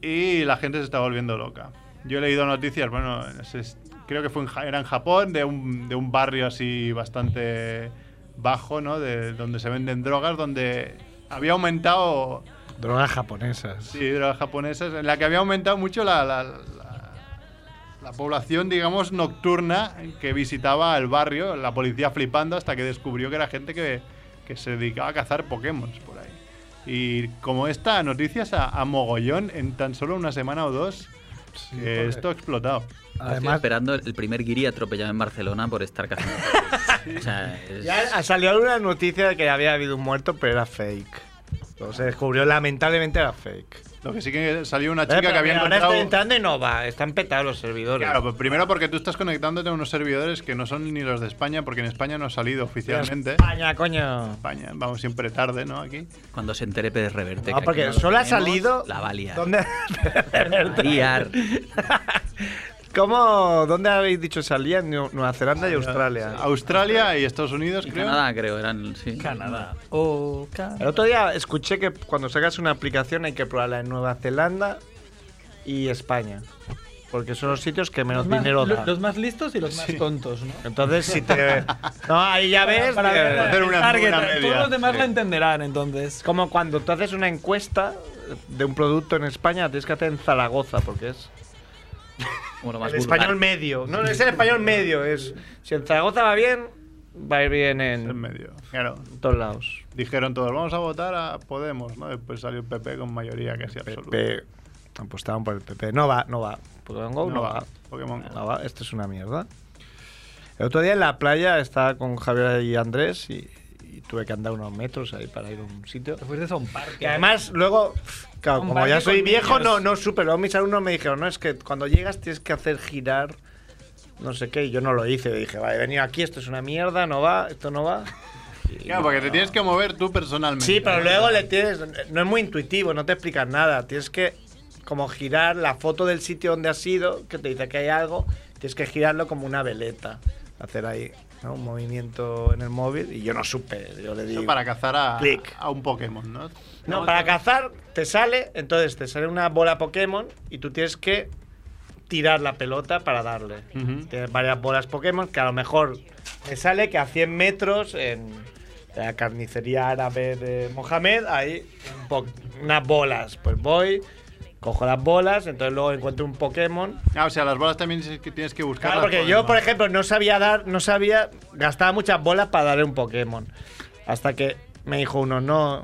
y la gente se está volviendo loca. Yo he leído noticias, bueno, no sé, es- creo que fue en, Ja- era en Japón, de un, de un barrio así bastante bajo, ¿no? De donde se venden drogas, donde había aumentado,
Drogas japonesas.
sí, drogas japonesas, en la que había aumentado mucho la, la- la- la población, digamos, nocturna que visitaba el barrio, la policía flipando hasta que descubrió que era gente que, que se dedicaba a cazar Pokémon por ahí. Y como esta, noticias a, a mogollón en tan solo una semana o dos, que esto ha explotado.
Estoy
Además,
esperando el primer guiri atropellado en Barcelona por estar cazando. o sea, es-
ya ha salido una noticia de que había habido un muerto, pero era fake. Entonces se descubrió, lamentablemente era fake.
Lo que sí que salió una
Eh,
chica
pero
que había
mira, Ahora está
encontrado...
entrando y no va, están petados los servidores.
Claro, pues primero porque tú estás conectándote a unos servidores que no son ni los de España, porque en España no ha salido oficialmente.
España, coño.
España, vamos siempre tarde, ¿no? Aquí.
cuando se entere Pérez Reverte.
No,
que
Ah, porque
aquí lo
solo ha
tenemos,
salido.
La va a liar.
¿Dónde?
La va a liar.
¿Cómo? ¿Dónde habéis dicho salía? En Nue- Nueva Zelanda y Australia.
Australia y Estados Unidos,
Y
creo.
Canadá, creo, eran. Sí.
Canadá. Oh, Canadá.
El otro día escuché que cuando sacas una aplicación hay que probarla en Nueva Zelanda y España. Porque son los sitios que menos
Los más-
dinero
lo-
dan.
Los más listos y los más tontos, ¿no?
Entonces, si te. No, ahí ya ves.
Para
que-
ver la-
hacer
el
una-
target,
una media,
Todos los demás
sí.
la entenderán,
Es
entonces.
como cuando tú haces una encuesta de un producto en España, tienes que hacer en Zaragoza, porque es.
Como lo más
El
vulgar.
español medio. No, no es el español medio. Es, si en Zaragoza va bien, va a ir bien
En
en
medio. Claro.
todos lados.
Dijeron todos, vamos a votar a Podemos, ¿no? Después salió el PP con mayoría casi absoluta.
PP. Apostaban por el PP. No va, no va. Pokémon Go Oh, no, va.
Pokémon Go.
No va. Esto es una mierda. El otro día en la playa estaba con Javier y Andrés y, y tuve que andar unos metros ahí para ir a un sitio.
Después de son parque.
Y además, luego pf, Claro, como
Combate
ya soy
con
viejo,
niños.
no, no supe. Luego mis alumnos me dijeron, no, es que cuando llegas tienes que hacer girar no sé qué. Y yo no lo hice. Dije, vale, he venido aquí, esto es una mierda, no va, esto no va.
Claro, porque te tienes que mover tú personalmente.
Sí, pero luego le tienes. No es muy intuitivo, no te explicas nada. Tienes que como girar la foto del sitio donde has ido, que te dice que hay algo, tienes que girarlo como una veleta. Hacer ahí ¿no? un movimiento en el móvil. Y yo no supe. Yo le
Eso
di.
para cazar a,
Clic.
a un Pokémon, ¿no?
No, para cazar te sale, entonces te sale una bola Pokémon y tú tienes que tirar la pelota para darle.
Ujú.
Tienes varias bolas Pokémon que a lo mejor te sale que a 100 metros en la carnicería árabe de Mohamed hay un po- unas bolas. Pues voy, cojo las bolas, entonces luego encuentro un Pokémon.
Ah, o sea, las bolas también es que tienes que buscar.
Claro, porque yo, por ejemplo, no sabía dar, no sabía, gastaba muchas bolas para darle un Pokémon. Hasta que me dijo uno, no,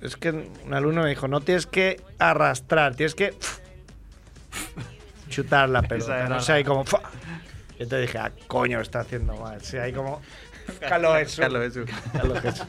es que un alumno me dijo, no tienes que arrastrar, tienes que chutar la pelota.
era
No
la-
sé, ahí como... Yo te dije, ah, coño, está haciendo mal. Sí, ahí como... Carlos Jesús.
Carlos Jesús.
Carlos Jesús.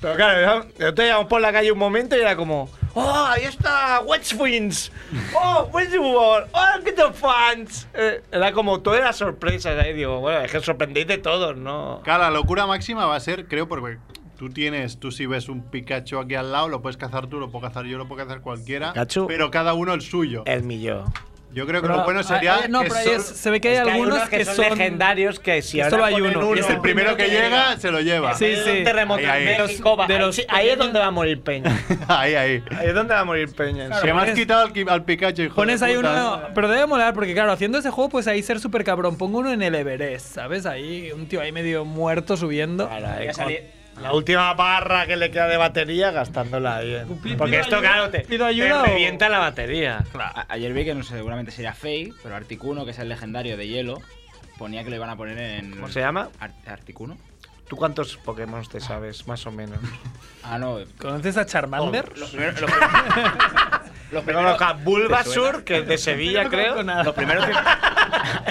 Pero claro, yo, yo te llevamos por la calle un momento y era como, ¡Oh, ahí está! ¡Westwinds! ¡Oh, Westworld! ¡Oh, qué the fans! Eh, era como toda la sorpresa. ahí digo, bueno, es que sorprendéis de todos, ¿no?
Claro, la locura máxima va a ser, creo, porque tú tienes, tú si ves un Pikachu aquí al lado, lo puedes cazar tú, lo puedo cazar yo, lo puedo cazar cualquiera.
Pikachu. Eh,
Pero cada uno el suyo.
El millón.
Yo creo que
Pero
lo bueno
hay-
sería.
hay- Ah, eh, no,
que
pero ahí
solo-
es- se ve que hay algunos que, son,
legendarios que si
que
ahora
solo hay
ponen
uno, y es
el primero que llega se lo lleva.
Sí,
Hay un terremoto
Ahí, ahí.
en México, va-
De los-
ahí es donde va a morir Peña.
ahí, ahí.
Ahí es donde va a morir Peña.
Se me has
pones-
quitado al, ki- al Pikachu, hijo
Pones
de
ahí
puta. Ah.
uno. Pero debe molar, porque claro, haciendo ese juego, pues ahí ser súper cabrón. Pongo uno en el Everest, ¿sabes? Ahí, un tío ahí medio muerto subiendo.
Ya salí-
La última barra que le queda de batería gastándola ahí. en-
Pido
Porque esto,
ayuda-
claro, te,
pido
te
ayuda o-
revienta la batería.
a- ayer vi que no sé, seguramente sería fake, pero Articuno, que es el legendario de hielo, ponía que lo iban a poner en.
¿Cómo se llama?
Ar- Articuno.
¿Tú cuántos Pokémon te sabes, más o menos?
Ah, no.
¿Conoces a Charmander?
Los primeros. Los primeros. los primeros-
Conozco a Bulbasur, que es de Sevilla, creo.
los primeros cien-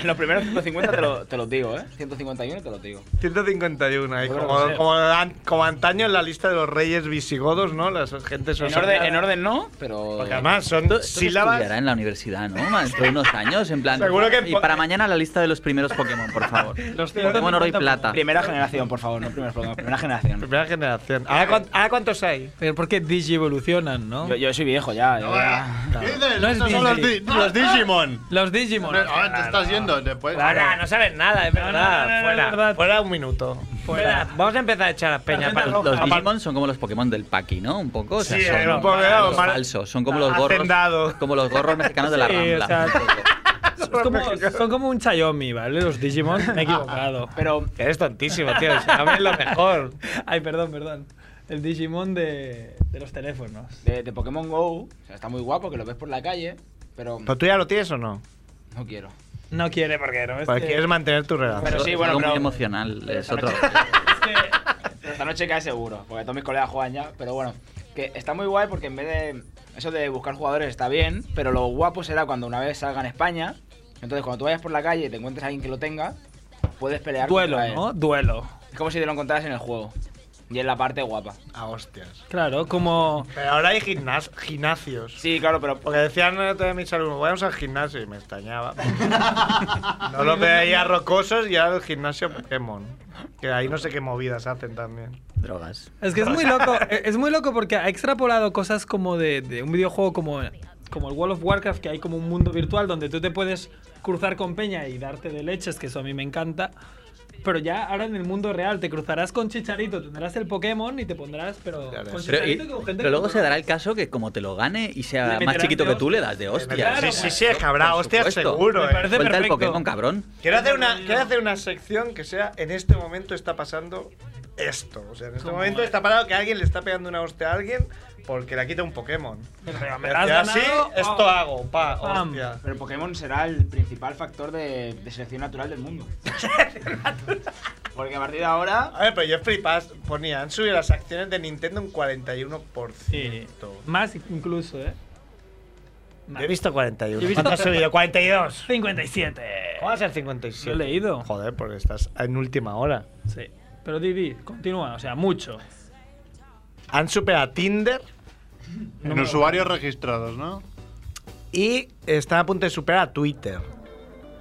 los primeros 150 te, lo- te los digo, ¿eh? 151 te los digo.
151, ahí,
Yo creo que
como,
sí.
como an- como antaño en la lista de los reyes visigodos, ¿no? Las gentes
En orden, en orden no, pero.
Porque además son
Esto, esto se estudiará
sílabas.
en la universidad, ¿no? Ma, Dentro de unos años, en plan.
Seguro que en
Y
po-
para mañana la lista de los primeros Pokémon, por favor. Los Pokémon
150
oro y plata.
Primera generación, por favor, no primeros problemas, primera generación.
Primera generación. ¿Ahora, cuán- ahora cuántos hay?
Pero porque digievolucionan, ¿no?
Yo, yo soy viejo ya. yo ya-
¿Qué dices?
No es
Estos son los,
Disney.
di- los Digimon.
Los Digimon.
Ahora te estás yendo. Después,
Ahora, no sabes nada, es
no, no,
verdad.
no, es
Fuera,
verdad.
fuera un minuto. Fuera. Vamos a empezar a echar las peñas. para-
Los los
aparte-
Digimon son como los Pokémon del Paki, ¿no? Un poco. O sea,
Sí,
son
un poco, claro,
los
mal-
falsos. Son como los gorros.
Hacendado.
Como los gorros mexicanos de la
Sí, o
Rambla.
sea,
un poco.
Es como- son como un Chayomi, ¿vale? Los Digimon. Me he equivocado.
Pero
Eres tontísimo, tío. Sabes lo mejor.
Ay, perdón, perdón. El Digimon de, de los teléfonos.
de, de Pokémon Go, o sea, está muy guapo que lo ves por la calle, pero
¿Pero tú ya lo tienes o no?
no quiero.
No quiere porque no es
Porque
que-
quieres mantener tu relación.
Pero sí,
Es
bueno,
algo muy
pero-
emocional. Es
Esta
otro.
noche- Esta noche cae seguro, porque todos mis colegas juegan ya, pero bueno, que está muy guay porque en vez de eso de buscar jugadores está bien, pero lo guapo será cuando una vez salga en España, entonces cuando tú vayas por la calle y te encuentres a alguien que lo tenga, puedes pelear
Duelo,
contra él.
¿no? Duelo.
Es como si te lo encontraras en el juego. Y es la parte guapa.
Ah, hostias.
Claro, como.
Pero ahora hay gimnas- gimnasios.
Sí, claro, pero
Porque decían eh, todos mis alumnos, vamos al gimnasio y me extrañaba. no los veía rocosos y ahora el gimnasio Pokémon. Que ahí no sé qué movidas hacen también.
Drogas.
Es que es muy loco. eh, Es muy loco porque ha extrapolado cosas como de, de un videojuego como, como el World of Warcraft, que hay como un mundo virtual donde tú te puedes cruzar con Peña y darte de leches, que eso a mí me encanta. Pero ya ahora en el mundo real te cruzarás con Chicharito, tendrás el Pokémon y te pondrás, pero.
Claro.
Con
Pero, y-
Chicharito y con gente
pero luego
que-
se dará el caso que como te lo gane y
Le
sea más
meterán
chiquito
de
que tú, le das de
Sí,
hostias.
sí, sí, es que habrá
Por
hostias
supuesto.
seguro.
Me
eh.
parece
Suelta el
perfecto.
Pokémon, cabrón.
Quiero hacer, una, quiero hacer una sección que sea en este momento está pasando esto. O sea, en este momento está parado que alguien le está pegando una hostia a alguien porque le quita un Pokémon.
Ah, me la has
Y así,
ganado, oh. pa.
esto hago, pa,
Pam.
hostia.
Pero Pokémon será el principal factor de, de selección natural del mundo. Porque a partir de ahora.
A ver, pero yo flipas, ponía, han subido las acciones de Nintendo un 41%.
Sí. Más incluso, ¿eh?
Yo he visto 41.
Yo he visto-
¿Cuánto has subido? 42.
57.
¿Cómo va a ser 57?
Lo he leído.
Joder, porque estás en última hora.
Sí. Pero Didi, continúa, o sea, mucho.
Han superado a Tinder
En usuarios registrados, ¿no?
Y está a punto de superar a Twitter.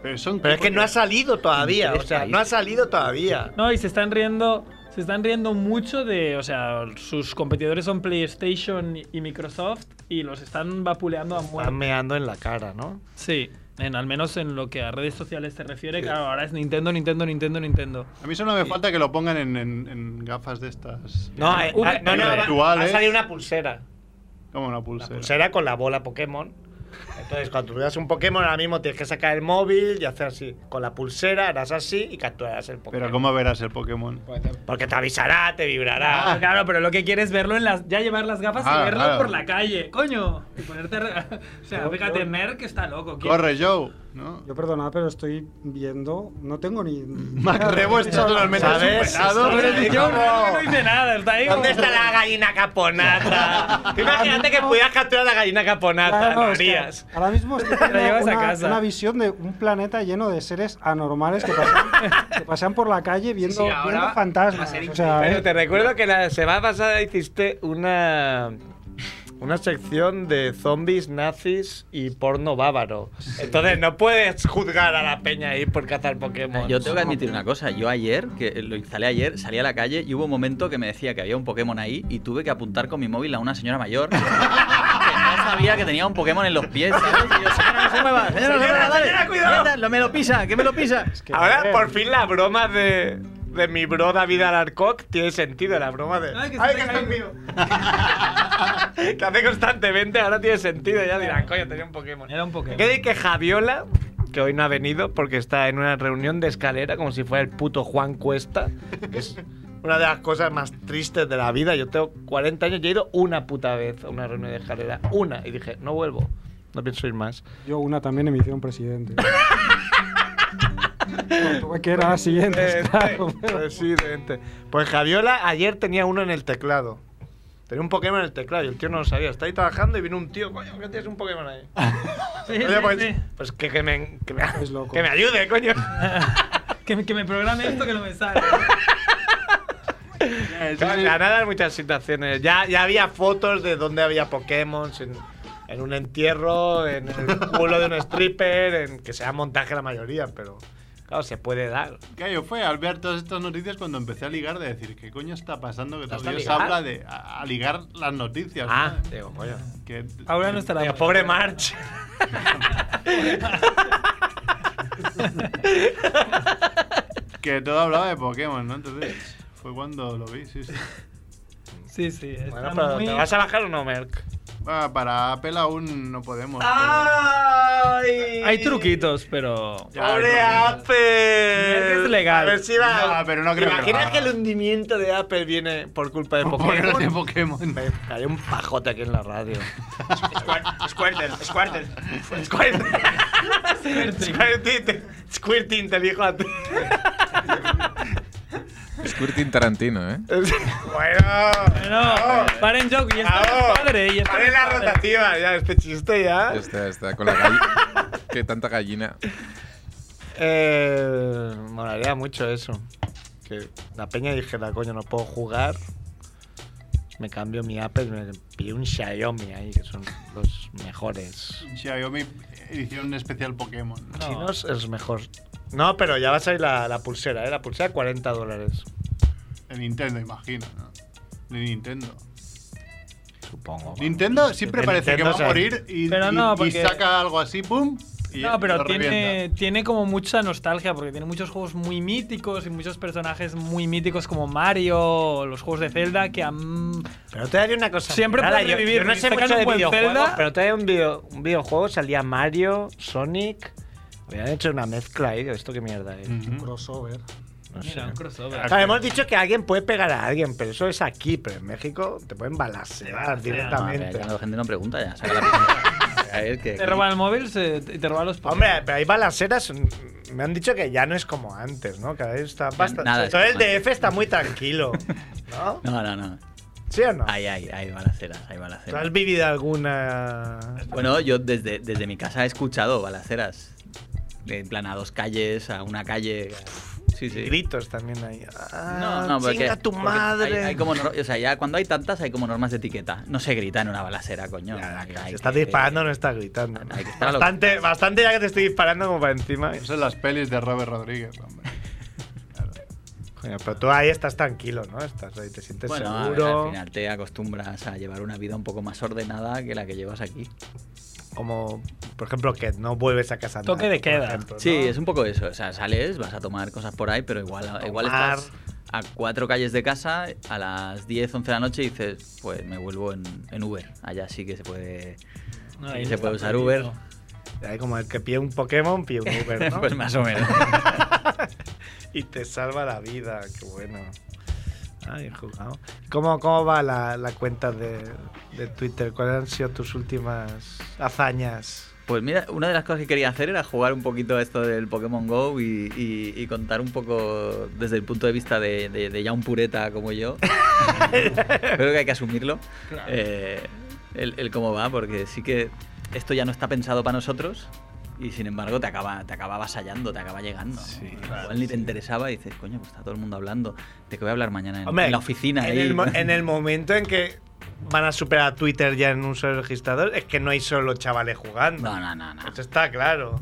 Pero, son-
Pero es que no ha salido todavía, o sea,
país.
no ha salido todavía.
No, y se están riendo. Se están riendo mucho de. O sea, sus competidores son PlayStation y Microsoft y los están vapuleando a muerte.
Están meando en la cara, ¿no?
Sí, en, al menos en lo que a redes sociales se refiere, claro, ahora es Nintendo, Nintendo, Nintendo, Nintendo.
A mí solo me falta que lo pongan en, en- en gafas de estas.
No, eh,
Uy,
ah, no, no, va- va a
virtuales.
salir una pulsera.
Como una
La
pulsera.
pulsera con la bola Pokémon. Entonces, cuando tú veas un Pokémon, ahora mismo tienes que sacar el móvil y hacer así. Con la pulsera harás así y capturarás el Pokémon.
Pero ¿cómo verás el Pokémon?
Porque te avisará, te vibrará.
Ah, claro, pero lo que quieres es verlo en las. Ya llevar las gafas
Ah,
y verlo
claro.
por la calle, coño. Y ponerte. re- O sea, fíjate, Merck está loco. ¿quién-
Corre, Joe. ¿no?
Yo perdonad, pero estoy viendo. No tengo ni.
Macrebo está totalmente
¿Sabes?
superado.
¿Sabes?
Yo creo que no hice nada, está ahí.
¿Dónde
como-
está la gallina caponata? Tú Imagínate que pudieras capturar la gallina caponata,
Claro,
lo
es que
harías.
Ahora mismo estoy teniendo
llevas a
una,
casa.
una visión de un planeta lleno de seres anormales que pasan, que pasan por la calle viendo,
Sí, ahora
viendo
va a
fantasmas.
ser
O sea,
Pero
eh,
te recuerdo que la semana pasada hiciste una una sección de zombies, nazis y porno bávaro. Entonces no puedes juzgar a la peña ahí por cazar Pokémon.
Yo tengo que admitir una cosa. Yo ayer, que lo instalé ayer, salí a la calle y hubo un momento que me decía que había un Pokémon ahí y tuve que apuntar con mi móvil a una señora mayor que no sabía que tenía un Pokémon en los pies. ¿sabes? Y yo, señora, no se mueva, señora, no se mueva,
Señora,
dale.
señora, cuidado.
Mierda, no me lo pisa, que me lo pisa.
es que,
Ahora
eh,
por fin la broma de de mi bro David Alarcock tiene sentido la broma de
Ay, que se
"Ay,
te
que
cae".
es mío que hace constantemente ahora tiene sentido ya dirán coño tenía un Pokémon
Era un Pokémon.
¿Qué de que Javiola, que hoy no ha venido porque está en una reunión de escalera, como si fuera el puto Juan Cuesta, que es una de las cosas más tristes de la vida. Yo tengo 40 años y he ido una puta vez a una reunión de escalera, una, y dije, no vuelvo, no pienso ir más.
¿eh? Yo una también en mi un presidente. Bueno, tuve que ir a la siguiente,
Este,
claro, pero-
presidente. Pues Javiola ayer tenía uno en el teclado. Tenía un Pokémon en el teclado y el tío no lo sabía. Está ahí trabajando y vino un tío, coño, ¿qué tienes un Pokémon ahí?
Ah, Sí, sí,
Oye, pues,
sí.
pues que, que me, que, me,
Es loco.
que me ayude, coño.
Que, me- que me programe esto que no me sale.
Claro, en Granada hay muchas situaciones. Ya, ya había fotos de dónde había Pokémon en, en un entierro, en el culo de un stripper, en que sea montaje la mayoría, pero claro, se puede dar.
Gallo, fue al ver todas estas noticias cuando empecé a ligar de decir, ¿qué coño está pasando? Que
¿Estás
todavía
a
se
ligar?
habla de a, a ligar las noticias.
Ah,
¿no?
digo, coño.
Que-
Ahora no estará.
Digo, pobre March.
Que todo hablaba de Pokémon, ¿no? Entonces fue cuando lo vi, sí, sí.
Sí, sí. está
Bueno, pero
muy-
¿te vas a bajar o no, Merck?
Ah, para Apple aún no podemos.
Ah. ¡Ay!
Hay truquitos, pero.
pero- Ya,
¡Pobre
no,
Apple!
Es legal.
A ver si va.
No, pero no creo que lo
Imagina
haga.
que el hundimiento de Apple viene por culpa de
Por ponerse
Pokémon.
Pokémon.
Me cae un pajote aquí en la radio.
Squirtle, Squirtle.
Squirting. Squirting. te- Squirting te dijo a ti.
Squirting Tarantino, ¿eh?
bueno.
No, paren joke. Y esto no es padre. Y esto no
Pare
es
la
padre.
rotativa, ya, este chiste ya.
Ya está, ya está. Con la gallina. Qué tanta gallina.
Eh, molaría mucho eso. Que la peña dijera, coño, no puedo jugar. Me cambio mi Apple, me pillo un Xiaomi ahí, que son los mejores.
Xiaomi edición especial Pokémon.
No.
Chinos es mejor. No, pero ya va a salir la, la pulsera, ¿eh? La pulsera 40 dólares,
De Nintendo, imagino, ¿no? De Nintendo.
supongo.
Nintendo siempre
De
parece
Nintendo
que va a
sabe.
morir y,
Pero
y-
no,
y
porque-
saca algo así, ¡pum! Y
No, pero
lo
tiene,
revienta.
tiene como mucha nostalgia porque tiene muchos juegos muy míticos y muchos personajes muy míticos como Mario o los juegos de Zelda que han...
Pero te daré una cosa.
Siempre
rara,
puedes
yo-
revivir,
Yo no sé
sacan
mucho
un
de
buen
videojuegos,
Zelda.
pero todavía un, video- un videojuego salía Mario, Sonic. Habían hecho una mezcla ahí de esto, qué mierda
Mm.
es.
Ujú.
crossover.
No
Mira,
sé.
un crossover.
Ah,
Claro, hemos dicho que alguien puede pegar a alguien, pero eso es aquí, pero en México te pueden balasear
No, pero
directamente.
Ah, ya la gente no pregunta ya. saca la pistola. A ver, que-
Te roban el móvil se- y te roban los... Pokémon.
Hombre, pero hay balaseras. mm, Me han dicho que ya no es como antes, ¿no? Cada vez está bastante.
nada es
Todo el
como
DF está muy tranquilo, ¿no?
No, no, no.
¿Sí o no?
Hay, hay, hay balaceras, hay
¿Tú
balaceras.
has vivido alguna.?
Bueno, yo desde, desde mi casa he escuchado balaceras. De en plan a dos calles, a una calle. Sí, sí.
Gritos también ahí.
No,
Ah,
no, porque,
chinga tu
porque
madre.
Hay, hay como, nor- o sea, ya cuando hay tantas hay como normas de etiqueta. No se grita en una balacera, coño. Hay- hay
Si estás
que-
disparando, no estás gritando. ¿no?
Hay que estar a lo-
Bastante, bastante ya que te estoy disparando como para encima.
Eso en las pelis de Robert Rodríguez, hombre.
Coño, pero tú ahí estás tranquilo, ¿no? Estás ahí, te sientes
Bueno, a ver,
seguro.
al final te acostumbras a llevar una vida un poco más ordenada que la que llevas aquí.
Como, por ejemplo, que no vuelves a casa.
Toque de
andando, por
queda.
ejemplo,
Sí,
Pues ¿no?
es un poco eso. O sea, sales, vas a tomar cosas por ahí, pero igual, igual
tomar.
estás a cuatro calles de casa, a las 10, 11 de la noche y dices, pues me vuelvo en, en Uber. Allá sí que se puede,
No,
sí
ahí
que
no
se
está
puede usar
prohibido.
Uber.
Ahí como el que pide un Pokémon, pide un Uber, ¿no?
pues más o menos.
y te salva la vida, qué bueno. Ay, he jugado. ¿Cómo, cómo va la, la cuenta de, de Twitter? ¿Cuáles han sido tus últimas hazañas?
Pues mira, una de las cosas que quería hacer era jugar un poquito a esto del Pokémon Go y, y- y contar un poco desde el punto de vista de, de- de ya un pureta como yo. Creo que hay que asumirlo. eh, el, el cómo va, porque sí que esto ya no está pensado para nosotros y sin embargo te acaba, te acaba avasallando, te acaba llegando. Igual ni te interesaba y dices, coño, pues está todo el mundo hablando. ¿De qué voy a hablar mañana en, en la oficina?
En,
ahí?".
el, mo- en el momento en que van a superar a Twitter ya en un solo registrador, es que no hay solo chavales jugando.
No, no, no, no.
Pues
Eso está claro.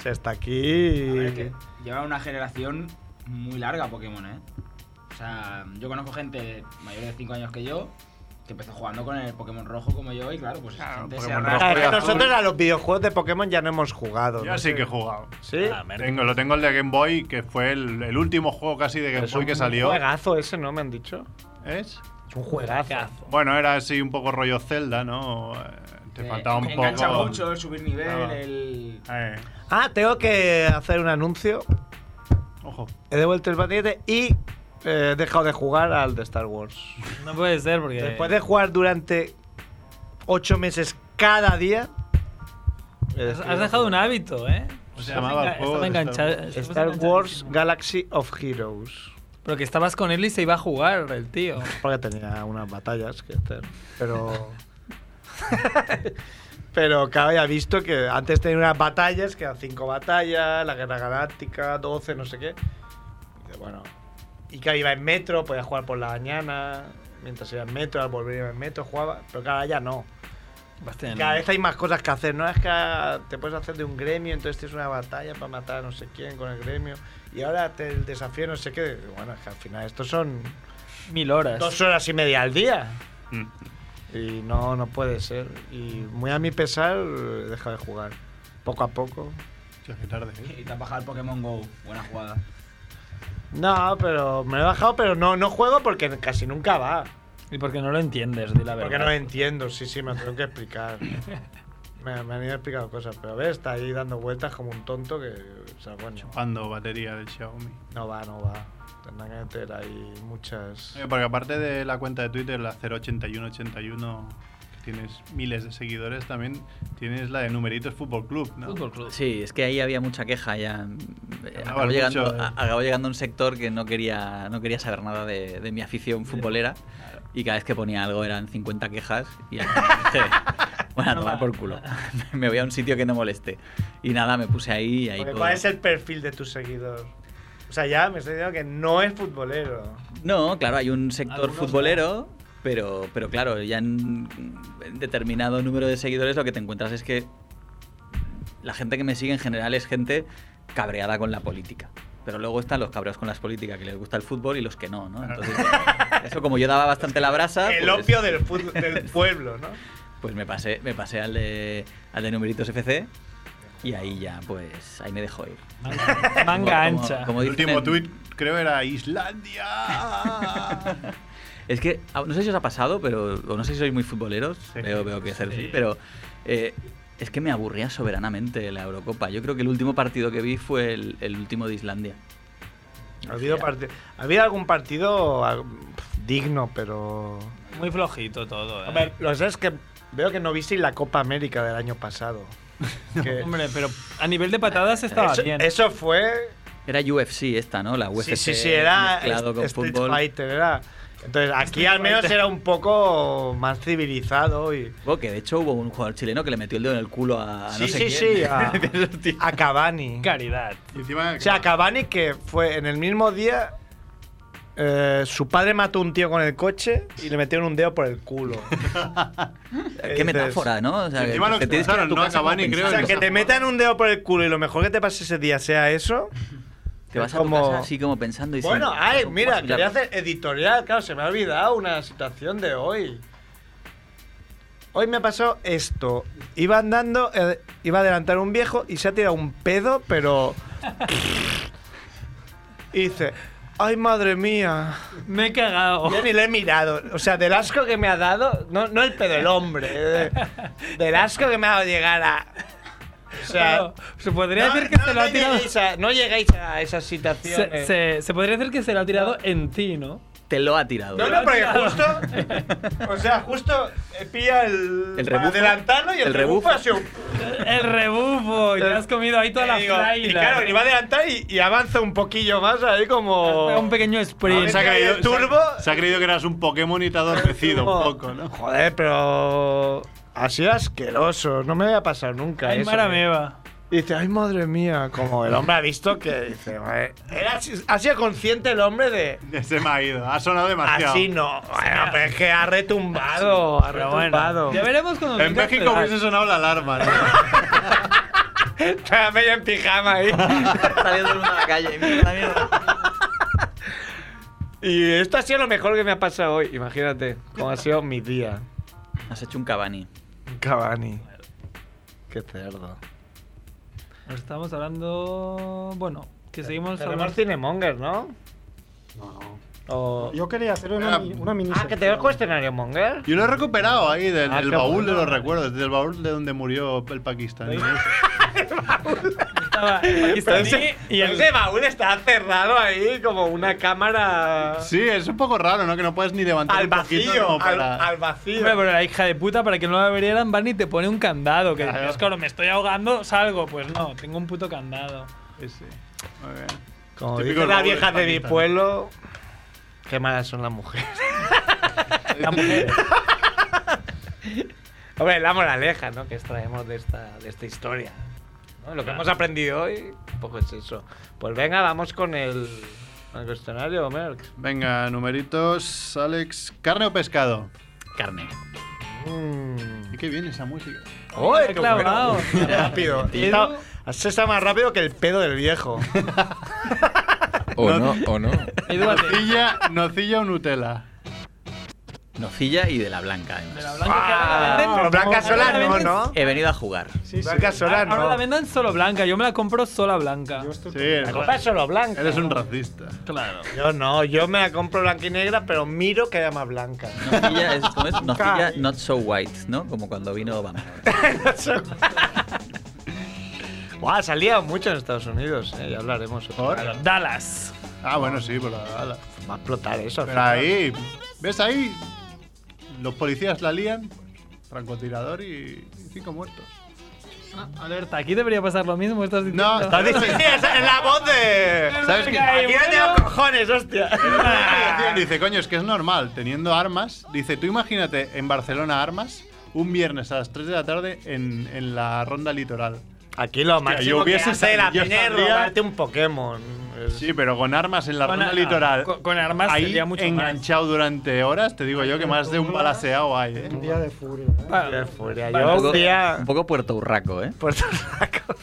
Se está aquí.
A ver, es que lleva una generación muy larga Pokémon, ¿eh? O sea, yo conozco gente mayor de 5 años que yo que empezó jugando con el Pokémon rojo como yo y claro, pues esa
Claro,
gente se
Pokémon
arrastra.
rojo.
Ah, es que
Azul.
nosotros a los videojuegos de Pokémon ya no hemos jugado.
Yo
¿no?
sí que Ah, he jugado.
¿Sí?
Tengo, lo tengo el de Game Boy, que fue el, el último juego casi de Game
Es
Boy que
un
salió.
juegazo ese, ¿no? Me han dicho.
¿Es?
Es un juegazo.
Bueno, era así un poco rollo Zelda, ¿no? Eh, Te
Eh,
faltaba un poco.
Engancha mucho el subir nivel,
Claro.
el.
Eh,
Ah, tengo que hacer un anuncio.
ojo.
He devuelto el patinete y eh, he dejado de jugar al de Star Wars.
No puede ser porque.
Después de jugar durante ocho meses cada día. he
Has, has
decidido
dejado un hábito, ¿eh?
Se llamaba el juego
Estaba
de
enganchado-
Star
estabas
Star
enganchadísimo.
Wars Galaxy of Heroes.
Pero que estabas con él y se iba a jugar el tío.
Porque tenía unas batallas que hacer. Pero. pero claro, ya he visto que antes tenía unas batallas, que eran cinco batallas, la Guerra Galáctica, 12, no sé qué. Y dice, bueno. Y que iba en metro, podía jugar por la mañana, mientras iba en metro, al volver iba en metro, jugaba. Pero claro, ahora ya no.
Bastante.
Cada vez hay más cosas que hacer, ¿no? Es que ah, te puedes hacer de un gremio, entonces tienes una batalla para matar a no sé quién con el gremio. Y ahora te- el desafío no sé qué. Bueno, es que al final estos son
Mil horas.
dos horas y media al día. Y no, no puede ser. Y muy a mi pesar, he dejado de jugar. Poco a poco.
Hostia, qué tarde, ¿eh?
Y te has bajado el Pokémon Go. Buena jugada.
No, pero me lo he bajado, pero no, no juego porque casi nunca va.
Y porque no lo entiendes, di la verdad.
Porque no lo entiendo, sí, sí, me lo tengo que explicar. Me, me han ido explicando cosas, pero ves, está ahí dando vueltas como un tonto que. O sea, bueno,
Chupando batería del Xiaomi.
no va, no va. Tendrán que meter ahí muchas.
Eh, porque aparte de la cuenta de Twitter, la 08181, que tienes miles de seguidores, también tienes la de Numeritos Fútbol Club, ¿no?
Fútbol club.
Sí, es que ahí había mucha queja ya. Eh,
Ganabas
Acabó llegando,
mucho, eh.
a- acabó llegando a un sector que no quería, no quería saber nada de, de mi afición futbolera y cada vez que ponía algo eran 50 quejas y al final dije, bueno, a tomar por culo. Me voy a un sitio que no moleste. Y nada, me puse ahí y ahí
Porque,
todo.
¿Cuál es el perfil de tu seguidor? O sea, ya me estoy diciendo que no es futbolero.
No, claro, hay un sector
Algunos no.
futbolero, pero, pero claro, ya en, en determinado número de seguidores lo que te encuentras es que la gente que me sigue en general es gente cabreada con la política. Pero luego están los cabreados con las políticas, que les gusta el fútbol y los que no, ¿no? Entonces, eh, eso como yo daba bastante la brasa,
El
pues,
opio del, fut- del pueblo, ¿no?
pues me pasé, me pasé al de, al de numeritos FC y ahí ya, pues, ahí me dejó ir.
Manga,
Como-
manga
como-
ancha.
como
El
dicen
último
en-
tuit creo era Islandia.
Es que, ah, no sé si os ha pasado, pero o no sé si sois muy futboleros, veo, veo que es así, pero eh, es que me aburría soberanamente la Eurocopa. Yo creo que el último partido que vi fue el, el último de Islandia.
Ha habido, parti- ha habido algún partido ah, pf, digno, pero.
Muy flojito todo, eh.
A ver, lo que sé es que veo que no visteis la Copa América del año pasado. Que-
Hombre, pero a nivel de patadas estaba
eso,
bien.
eso fue.
Era UFC esta, ¿no? La UFC
sí, sí, sí, era
mezclado
est-
con
Street
fútbol.
Fighter, era. Entonces, aquí al menos era un poco más civilizado y.
Bueno, Oh, que de hecho hubo un jugador chileno que le metió el dedo en el culo a
sí,
Ah, no sé
sí,
quién.
sí, a, a Cavani.
Caridad.
Y encima,
O sea, Cavani que fue en el mismo día. eh, su padre mató a un tío con el coche y le metieron un dedo por el culo.
Qué metáfora, ¿no? O sea,
Y encima lo
te tienes que ir a
expulsaron,
tu
¿no? A
casa
Cavani,
como
creo,
O sea,
pensando.
que te metan un dedo por el culo y lo mejor que te pase ese día sea eso.
Te vas a
como-
tu casa así como pensando y
Bueno,
diciendo,
ay,
"Son
mira,
cuatro
quería
milagros".
hacer editorial, claro, se me ha olvidado una situación de hoy. Hoy me pasó esto. Iba andando, eh, iba a adelantar un viejo y se ha tirado un pedo, pero. y dice, ay madre mía.
Me he cagado.
Yo ni lo he mirado. O sea, del asco que me ha dado, no, no el pedo, el hombre. eh, del asco que me ha dado llegar a. O sea.
Claro, se podría
no,
decir que
no,
se lo
no
ha tirado.
llegáis a- no llegáis a esas situaciones.
Se, se- se podría decir que se lo ha tirado en ti, ¿no?
Te lo ha tirado. ¿eh?
No, no, porque justo. O sea, justo eh, pilla el.
El
para
rebufo.
Adelantarlo y el,
El
rebufo,
rebufo.
ha sido.
El rebufo, y te has comido ahí toda
Y
la
digo, Y
flaida.
claro, y va a adelantar y, y avanza un poquillo más, ahí como.
un pequeño sprint.
se ha, creído,
turbo.
se, se ha creído que eras un Pokémon y te ha adormecido un
Como-
poco, ¿no?
Joder, pero. Ha sido asqueroso, no me había pasado nunca
Ay,
eso. eh.
marameba.
Y dice, ay madre mía, como el hombre ha visto que dice, "Joder". Era- ha sido consciente el hombre de,
Se me ha ido, ha sonado demasiado.
así no, bueno, pero es que ha retumbado, ha
Pero bueno,
retumbado.
ya veremos cuando
En
venga
México
Ferrari.
hubiese sonado la alarma, ¿no?
Estaba medio en pijama ahí.
Saliendo de la calle. Mierda, mierda.
Y esto ha sido lo mejor que me ha pasado hoy. Imagínate cómo ha sido mi día.
Has hecho un Cavani.
Cavani. Qué cerdo.
Estamos hablando. Bueno, que seguimos hablando.
Tenemos Cinemonger, ¿no?
No, no.
O...
Yo quería hacer una, mi- una mini
Ah, que te veo el cuestionario, Monger.
Yo lo he recuperado ahí del,
Ah,
del
qué
baúl de
bueno.
los recuerdos, del baúl de donde murió el pakistaní.
Estaba el pakistaní y el.
ese baúl está cerrado ahí como una cámara
Sí, es un poco raro, ¿no? Que no puedes ni levantar
al
un poquito
vacío.
como
Al,
para-
al vacío.
Hombre, pero la hija de puta, para que no la abrieran, van y te pone un candado. Que
Claro.
dices, claro, me estoy ahogando, salgo. Pues no, tengo un puto candado.
Sí, sí. Muy bien.
Como
Típico
dicen las
baúl
viejas de mi
español.
pueblo, qué malas son las mujeres. Hombre, la moraleja, ¿no? Que extraemos de esta, de esta historia. ¿no? Lo que hemos aprendido hoy, un poco es eso. Pues venga, vamos con el, con el cuestionario, Merck.
Venga, numeritos, Alex. ¿Carne o pescado?
Carne.
Mm.
Y qué bien esa música.
¡Oh,
qué clavado!
rápido.
Edu.
Está- Has estado más rápido que el pedo del viejo.
O no, o no.
Eduardo,
Nocilla, nocilla o Nutella.
Nocilla y de la blanca, además.
de la blanca que ahora la venden-
Pero Ah, Blanca
ahora la
Solar no,
venden-
¿no?
He venido a jugar.
Blanca Solar
Ahora la
no.
venden solo blanca, yo me la compro sola blanca.
Yo estoy
Sí, eres,
Compra solo blanca.
eres un racista.
Claro.
Yo no, yo me la compro blanca y negra, pero miro que haya más blanca.
Nocilla es, ¿cómo es? Nocilla not so white, ¿no? Como cuando vino Van.
Buah, salía mucho en Estados Unidos, eh, ya hablaremos. otro
¿Por?
día.
Dallas.
Ah, bueno, sí, por la ala.
Va a explotar eso.
Pero ahí, ¿ves ahí? Los policías la lían, francotirador y y cinco muertos.
Alerta, aquí debería pasar lo mismo. Estás diciendo.
No, está
Sí, sí, esa es la voz de.
¿Sabes qué?
Aquí no tengo cojones, hostia.
Dice, coño, es que es normal, teniendo armas. Dice, tú imagínate en Barcelona armas un viernes a las 3 de la tarde en, en la ronda litoral.
Aquí lo máximo
yo hubiese
que hace la
salido, yo
peña es
saldría-
robarte un Pokémon. Es-
Sí, pero con armas en la
Con
ronda
a-
litoral.
con- con armas
ahí
sería mucho más.
enganchado durante horas, te digo yo que más de un balaseado hay, ¿eh?
Un día de furia. ¿eh?
Qué furia.
Un
Yo
poco-
un día.
Un poco Puerto Urraco, ¿eh?
Por tu raco.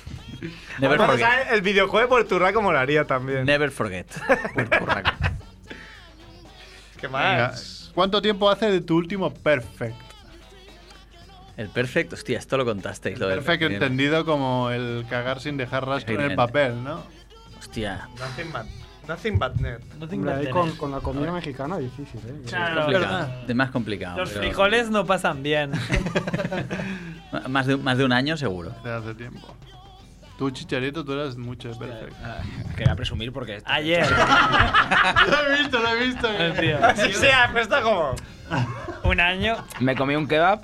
Never
Vamos a
forget.
ver, El videojuego por tu raco molaría también.
Never forget. Puerto Urraco.
¿Qué
Venga,
más?
¿Cuánto tiempo hace de tu último perfect?
El perfect, hostia, esto lo contasteis. Lo del
Perfect entendido como el cagar sin dejar rastro en el
Excelente.
papel, ¿no?
Hostia.
Nothing but, nothing but net.
No te
Hombre, ahí
inventes.
con, con la comida mexicana difícil, ¿eh?
Claro.
Complicado. Es más complicado.
Los
pero-
frijoles no pasan bien.
Más de, más de un año seguro.
De hace tiempo. Tú, Chicharito, tú eras mucho de perfect.
Ah, Quería presumir porque.
Ayer.
lo he visto, lo he visto.
el tío.
Sí, sí, ha puesto como.
Un año.
Me comí un kebab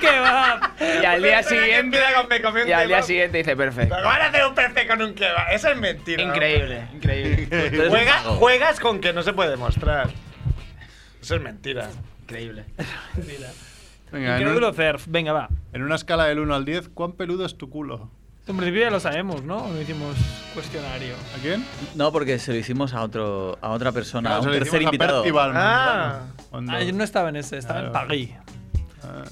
¡Qué va!
y al día
Espera, que
siguiente.
empieza con me comí un
Y al día
kebab.
siguiente dice perfecto.
Pero van a hacer un perfect con un kebab. Eso es mentira. ¿no?
Increíble, increíble.
Entonces,
Juega-
un pago.
juegas con que no se puede mostrar. Eso es mentira.
Increíble.
Mentira.
Venga, en,
Incrédulo
un-
Cerf. Venga, va.
en una escala del 1 al 10, ¿cuán peludo es tu culo?
En principio ya lo sabemos, ¿no? No hicimos cuestionario.
¿A quién?
No, porque se lo hicimos a otro a otra
Ah,
persona, a
se
un
lo
tercer
hicimos a
invitado.
Percy Balman.
Ah.
Hondo.
Ah, yo no estaba en ese, estaba en
Claro.
París.
Ah.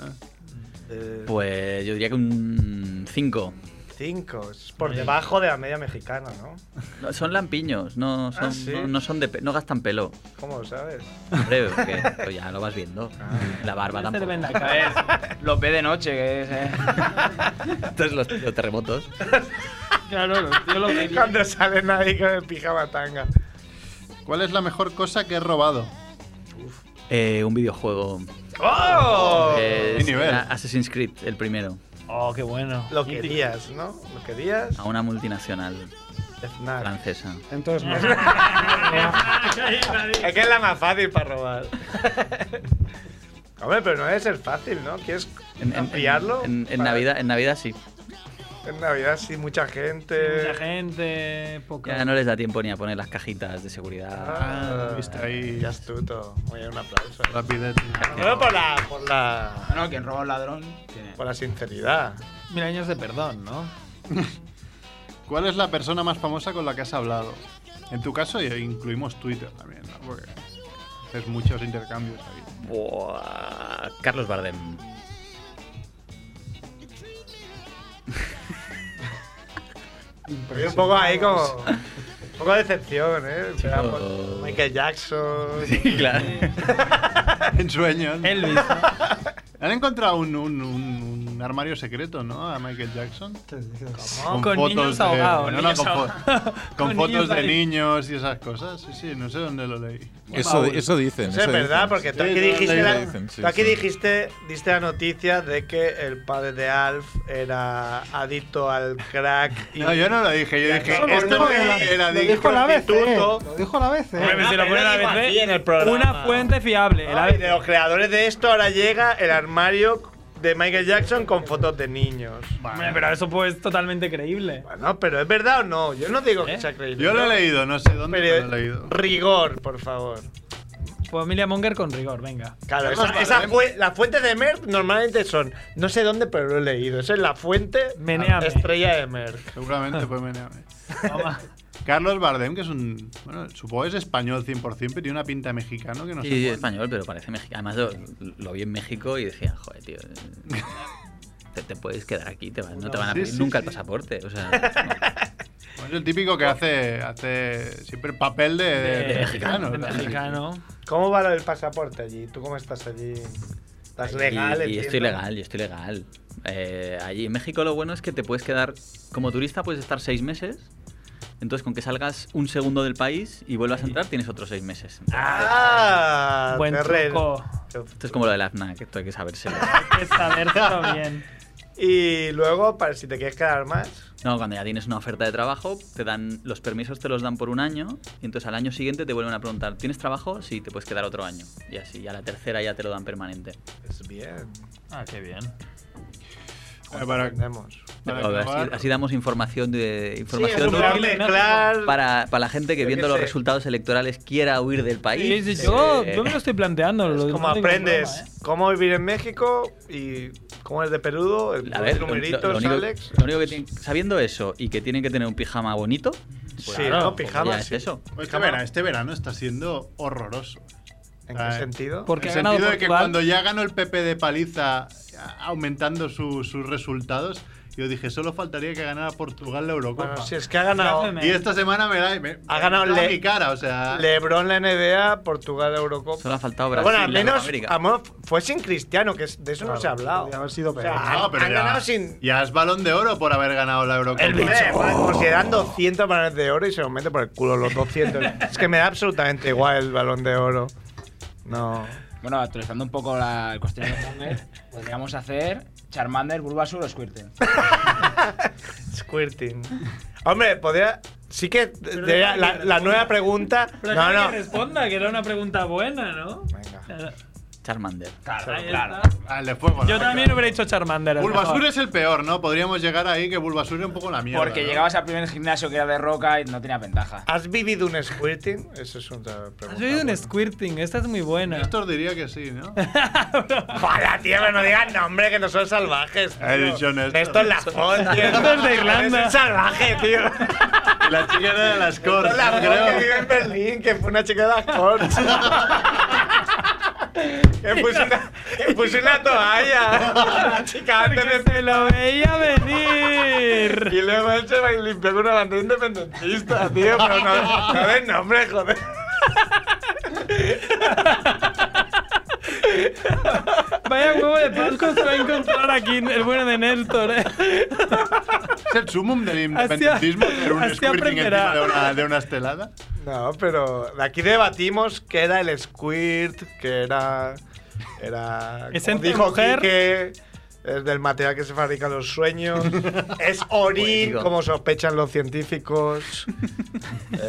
Pues yo diría que un 5.
Cinco. Es por debajo de la media mexicana, ¿no?
No, son lampiños, no son,
Ah, ¿sí?
no, no son de pe- no gastan pelo.
¿Cómo lo sabes?
Hombre, porque pues ya lo vas viendo. La barba
Este le
tampoco.
ven la
A
cara.
ver, los ve de noche, que es. eh.
Entonces los, los terremotos.
Claro, los tíos lo ven.
Cuando salen ahí con el pijama tanga.
¿Cuál es la mejor cosa que he robado?
Eh, un videojuego.
¡Oh!
Eh,
¿Qué nivel?
era Assassin's Creed, el primero.
Oh, qué bueno.
Lo querías, ¿no? Lo querías.
A una multinacional
Snack.
francesa.
Entonces, no.
Es que es la más fácil para robar. Hombre, pero no debe ser fácil, ¿no? ¿Quieres
En, en-
ampliarlo?
en- en
Para-
Navidad, en Navidad sí.
En Navidad sí, mucha gente.
Mucha gente, poca.
Ya no les da tiempo ni a poner las cajitas de seguridad.
Ah,
viste, ahí-
Ya astuto. Muy bien, un aplauso.
Rapidez.
Bueno, por la, por la,
No, quien roba a un ladrón tiene.
por la sinceridad.
Mil años de perdón, ¿no?
¿Cuál es la persona más famosa con la que has hablado? En tu caso eh, incluimos Twitter también, ¿no? Porque haces muchos intercambios ahí.
Buah, Carlos Bardem.
Porque un poco ahí como. Un poco de decepción, ¿eh? Esperamos
Chico.
Michael Jackson.
Sí, claro.
En sueños.
Elvis, ¿no?
Han encontrado un, un- un- un armario secreto, ¿no? A Michael Jackson.
¿Qué dices?
Con niños ahogados,
no, no,
niños
con, fo-
ahogados.
con
Con
fotos
niños
de
ahí.
niños y esas cosas. Sí, sí, no sé dónde lo leí.
Eso,
Baúl.
eso dicen.
Eso es
eso
verdad,
dicen.
porque tú
Sí,
aquí
no,
dijiste,
no,
la-
lo dicen, sí,
tú aquí
sí.
dijiste, diste la noticia de que el padre de Alf era adicto al crack. Y
No, yo no lo dije. Yo dije,
Eso no,
esto
no,
era
Lo
adicto.
dijo la ABC.
Instituto.
Lo dijo la
Hombre,
ABC.
pero si lo pone en la
Ah, digo
ABC,
aquí en el programa.
Una fuente fiable. el
Ay,
ABC.
de los creadores de esto ahora llega el armario de Michael Jackson con fotos de niños.
Hombre, pero eso pues es totalmente creíble.
Bueno, pero ¿es verdad o no? Yo no digo que
¿Eh?
sea creíble.
Yo lo he leído, no sé dónde
Pero,
lo he leído.
rigor, por favor.
Familia Pues Monger con rigor, venga.
Claro,
Carlos
esa, esa
Bardem.
fue- la fuente de Merck normalmente son, no sé dónde, pero lo he leído. Esa es la fuente
Menéame.
estrella de Merck.
Seguramente fue meneame.
Toma.
Carlos Bardem, que es un. Bueno, supongo es español 100%, pero tiene una pinta mexicano que no
Sí,
sé.
sí,
cuál.
español, pero parece mexicano. Además, lo, lo vi en México y decía, joder, tío. eh, Te, te puedes quedar aquí, te va- no te van a
Sí,
pedir
sí,
nunca
sí.
el pasaporte. O sea,
Bueno, Es el típico que hace, hace siempre el papel de, de- de
Eh,
mexicano.
de
¿verdad?
mexicano.
¿Cómo va lo del pasaporte allí? ¿Tú cómo estás allí? ¿Estás
no.
legal?
Y, y estoy
entiendo?
legal, y estoy legal. Eh, allí en México lo bueno es que te puedes quedar, como turista puedes estar seis meses. Entonces, con que salgas un segundo del país y vuelvas a entrar, tienes otros seis meses.
¡Ah!
Buen
te re-
truco.
Esto es como lo del AFNA, que esto hay que sabérselo.
Hay que sabérselo bien.
Y luego, para si te quieres quedar más,
No, cuando ya tienes una oferta de trabajo, te dan los permisos te los dan por un año y entonces al año siguiente te vuelven a preguntar, ¿tienes trabajo? Sí, te puedes quedar otro año. Y así, y a la tercera ya te lo dan permanente.
es pues bien.
Ah, qué bien.
Eh, para-
Entendemos.
para
Pero
acabar,
así, así damos información de
Sí, es
información
un
útil
plan
útil, ¿no?
mezclar.
para, para la gente que
Yo
viendo
qué
los
sé.
resultados electorales quiera huir del país.
Sí, sí, yo,
Eh,
yo me lo estoy planteando. lo-
Es como
no tengo
aprendes
problema, ¿eh?
cómo vivir en México y cómo es de peludo, el
a ver, lo-
numerito,
lo- lo único-
Alex.
lo único que tienen- sabiendo eso y que tienen que tener un pijama bonito,
Sí,
pues claro,
¿no?
pues
Pijama,
ya es
sí.
eso.
Este verano, este verano está siendo horroroso.
¿En
Ah,
qué sentido?
Porque ha
en el
ganado
sentido de que
Portugal.
cuando ya ganó el PP de paliza a- aumentando su- sus resultados, yo dije, solo faltaría que ganara Portugal la Eurocopa.
Bueno, si es que ha ganado
Lázame.
Y esta semana me da, me-
Ha ganado
me da
Le-
mi cara, o sea...
LeBron la NBA, Portugal la Eurocopa.
Solo ha faltado
Pero
Brasil.
bueno, al
la Copa
menos,
América.
al menos fue sin Cristiano, que es- de eso no se ha hablado.
Podría haber sido
O
peor.
sea,
No,
han-
Ah, pero
han
ya,
ganado sin.
ya es balón de oro por haber ganado la Eurocopa.
El bicho. Hombre, como si eran 200 balones de oro y se los mete por el culo los 200. es que me da absolutamente igual el balón de oro. No.
Bueno, actualizando un poco la, el cuestionario de Munger, podríamos hacer Charmander, Bulbasaur o Squirtle.
Squirting. Hombre, podría. Sí que. debería-
no hay
la,
que
la nueva pregunta.
Pero
No,
no,
no.
que responda, que era una pregunta buena, ¿no?
Venga.
Claro.
Charmander.
Ahí
claro.
está.
Al de fuego, ¿no?
Yo también hubiera dicho Charmander. a lo
Bulbasur
mejor.
es el peor, ¿no? Podríamos llegar ahí que Bulbasur es un poco la mierda.
Porque
¿no?
llegabas al primer gimnasio que era de roca y no tenías ventaja.
¿Has vivido un squirting? Esa es una pregunta.
Has oído un
buena.
squirting, esta es muy buena.
Néstor diría que sí, ¿no?
Ojalá, tío, pero no digas nombre, que no son salvajes.
He
tío.
dicho Néstor.
Néstor Lafont, tío.
Néstor es de Irlanda.
Es un salvaje, tío.
Y la chica era de las Corts,
Néstor Lafont, que vive
creo.
en Berlín, que fue una chica de las Corts. que, puso una, que puso una toalla. Una chica antes
Porque
de
se lo veía venir.
Y luego él se va y limpió con una bandera independentista, tío. Pero no, no des nombre, joder.
Vaya huevo de Pascua se va a encontrar aquí el bueno de Néstor, eh.
Es el sumum del independentismo, pero un
así
squirting
aprenderá.
encima de una, de una estelada.
No, pero aquí debatimos que era el squirt, que era. Era.
Es
como
entre
dijo
mujer.
que es del material que se fabrican los sueños. es orín,
Poético.
como sospechan los científicos.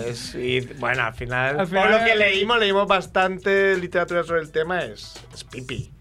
es, y bueno, al final, Por
Al final-
lo que leímos, leímos bastante literatura sobre el tema. Es, es pipi.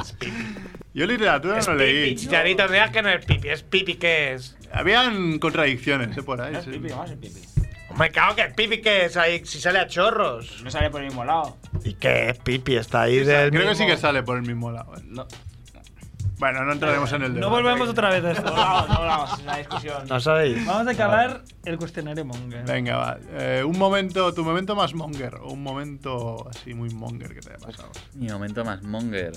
es pipi.
Yo literatura
Es
no leí.
pipi. Chicharito, mira que no es pipi. Es pipi, ¿qué es?
Habían contradicciones ¿eh? por ahí.
Es
sí.
pipi, vamos, es pipi.
Hombre, claro que es pipi que es ahí, si sale a chorros.
No sale por el mismo lado.
¿Y qué es pipi? Está ahí del
Creo que sí
mismo-
que sale por el mismo lado. ¿eh?
No, Eh,
Bueno, no entraremos en el
No
debate.
volvemos otra vez a esto.
no hablamos, no hablamos, es una discusión.
¿No sabéis?
Ah.
Vamos a acabar el cuestionario Monger.
Venga, va. Eh, un momento, tu momento más monger. O un momento así muy monger que te haya pasado.
Mi momento más monger.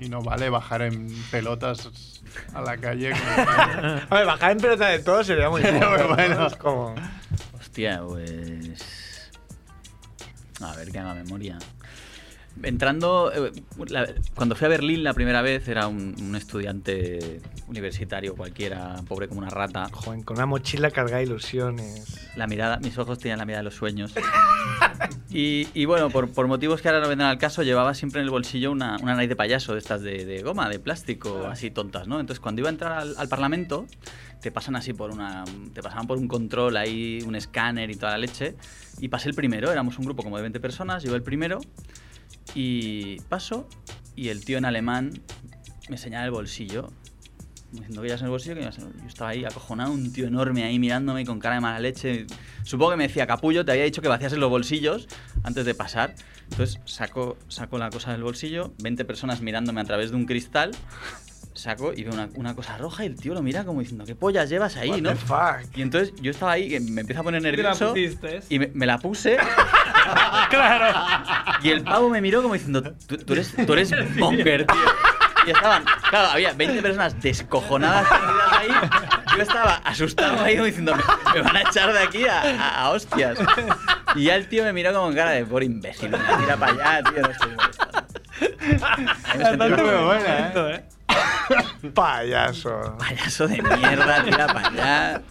Y no vale bajar en pelotas a la calle. como-
A ver, bajar en pelota de todo sería muy
Sería muy
¿no?
bueno.
Es como...
Hostia, pues. A ver que haga memoria. Entrando. eh, la- cuando fui a Berlín la primera vez, era un, un estudiante universitario cualquiera, pobre como una rata.
Joder, con una mochila cargada de ilusiones.
La mirada, mis ojos tenían la mirada de los sueños. Y, y bueno, por, por motivos que ahora no vendrán al caso, llevaba siempre en el bolsillo una, una nariz de payaso de estas de, de goma, de plástico, así tontas, ¿no? Entonces cuando iba a entrar al, al Parlamento, te pasan así por una. te pasaban por un control ahí, un escáner y toda la leche. Y pasé el primero, éramos un grupo como de 20 personas, yo el primero. Y paso, y el tío en alemán me señala el bolsillo. Diciendo que ibas en el bolsillo, que ibas en el- Yo estaba ahí acojonado, un tío enorme ahí mirándome con cara de mala leche. Supongo que me decía, capullo, te había dicho que vaciases los bolsillos antes de pasar. Entonces saco, saco la cosa del bolsillo, 20 personas mirándome a través de un cristal. Saco y veo una, una cosa roja y el tío lo mira como diciendo, ¿qué pollas llevas ahí, no?
What the fuck?
Y entonces yo estaba ahí, que me empieza a poner
¿Te la
nervioso.
pusiste?
Y me, me la puse. claro. Y el pavo me miró como diciendo, tú, tú eres, tú eres monger, tío. Y estaban, claro, había 20 personas descojonadas perdidas ahí. Yo estaba asustado ahí como diciendo, me, me van a echar de aquí a, a- a hostias. Y ya el tío me miró como con cara de por imbécil. me Mira para allá, tío, no estoy molestando. Ahí me sentí
Muy
un
buena, ¿eh?
Payaso.
Payaso de mierda, mira para allá.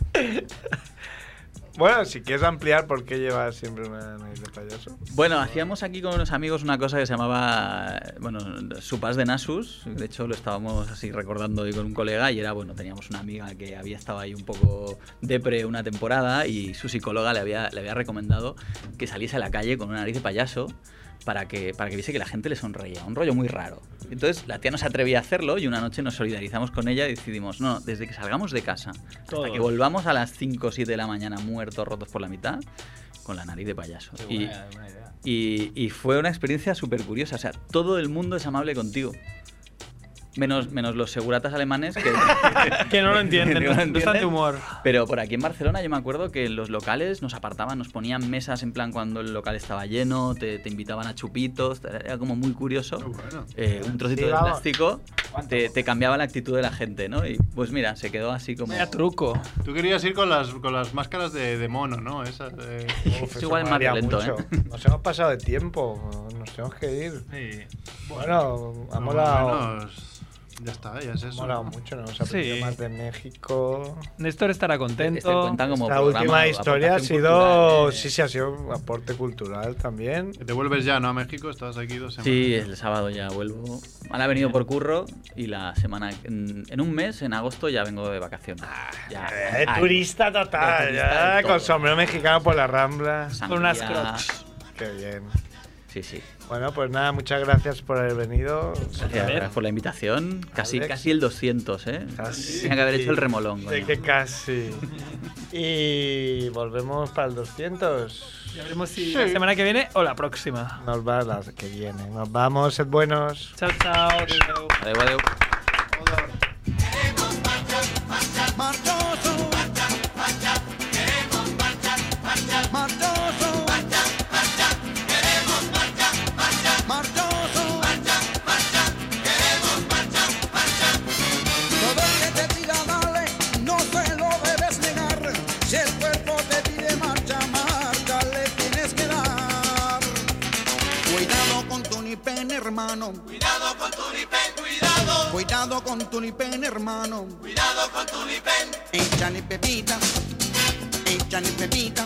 Bueno, si quieres ampliar por qué llevas siempre una nariz de payaso.
Bueno, hacíamos aquí con unos amigos una cosa que se llamaba, bueno, supas de Nasus. De hecho, lo estábamos así recordando hoy con un colega y era, bueno, teníamos una amiga que había estado ahí un poco depre una temporada y su psicóloga le había, le había recomendado que saliese a la calle con una nariz de payaso para que, para que viese que la gente le sonreía. Un rollo muy raro. Entonces, la tía no se atrevía a hacerlo y una noche nos solidarizamos con ella y decidimos, no, desde que salgamos de casa
Todos.
hasta que volvamos a las 5 o 7 de la mañana muertos, rotos por la mitad, con la nariz de payaso.
Qué
Y-
buena- buena idea.
y, y fue una experiencia súper curiosa. O sea, todo el mundo es amable contigo. Menos, menos los seguratas alemanes que...
Que no lo entienden,
Que no lo
no están de
entienden.
humor.
Pero por aquí en Barcelona yo me acuerdo que en los locales nos apartaban, nos ponían mesas en plan cuando el local estaba lleno, te, te invitaban a chupitos, era como muy curioso.
Bueno.
Eh, un trocito
Sí,
de
vamos.
plástico te, te cambiaba la actitud de la gente, ¿no? Y pues mira, se quedó así como...
Vaya truco.
Tú querías ir con las, con las máscaras de, de mono, ¿no? Esas de-
Uf, eso
igual es más
molaría
violento,
mucho.
¿eh?
Nos hemos pasado de tiempo. Nos tenemos que ir.
Sí.
Bueno, ha
Bueno,
molado,
menos- Ya está, ya es
ha
eso.
molado
¿no?
mucho. Nos hemos aprendido
Sí.
más de México.
Néstor estará
Este
contento.
cuentan como
La
programa,
última historia ha
aportación
sido.
cultural, eh.
Sí, sí, ha sido aporte cultural también.
Que Te vuelves ya, ¿no? A México, estabas aquí dos semanas.
Sí, el sábado ya vuelvo. Ahora he venido por curro y la semana. En, en un mes, en agosto, ya vengo de vacaciones. Ya. ah,
Eh,
Ay,
turista total,
turista del
ya, con
todo.
sombrero mexicano por la rambla.
sangría.
Con unas crocs.
Qué bien.
Sí, sí.
Bueno, pues nada, muchas gracias por haber venido.
Gracias, gracias por la invitación. Casi,
Alex.
casi el 200, ¿eh?
Casi.
Tenía que haber hecho el remolón.
Sí,
coño.
que casi. Y volvemos para el 200.
Ya veremos si la semana que viene o la próxima.
Nos va las que viene. Nos vamos, sed buenos.
Chao, chao. adiós.
Adeu, adeu.
Todo el que te diga dale, no te lo debes negar. Si el cuerpo te pide marcha, marcha, le tienes que dar. Cuidado con tu nipen, hermano. Cuidado con tu nipen, cuidado. Cuidado con tu nipen, hermano. Cuidado con tu nipen. Échale pepita, échale pepita.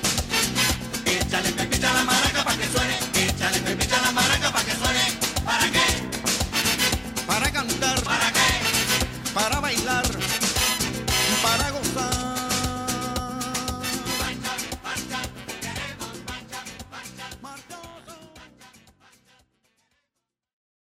Échale pepita a la maraca para que suene. Échale pepita a la maraca para que suene. ¿Para qué? Para cantar. ¿Para qué? para bailar.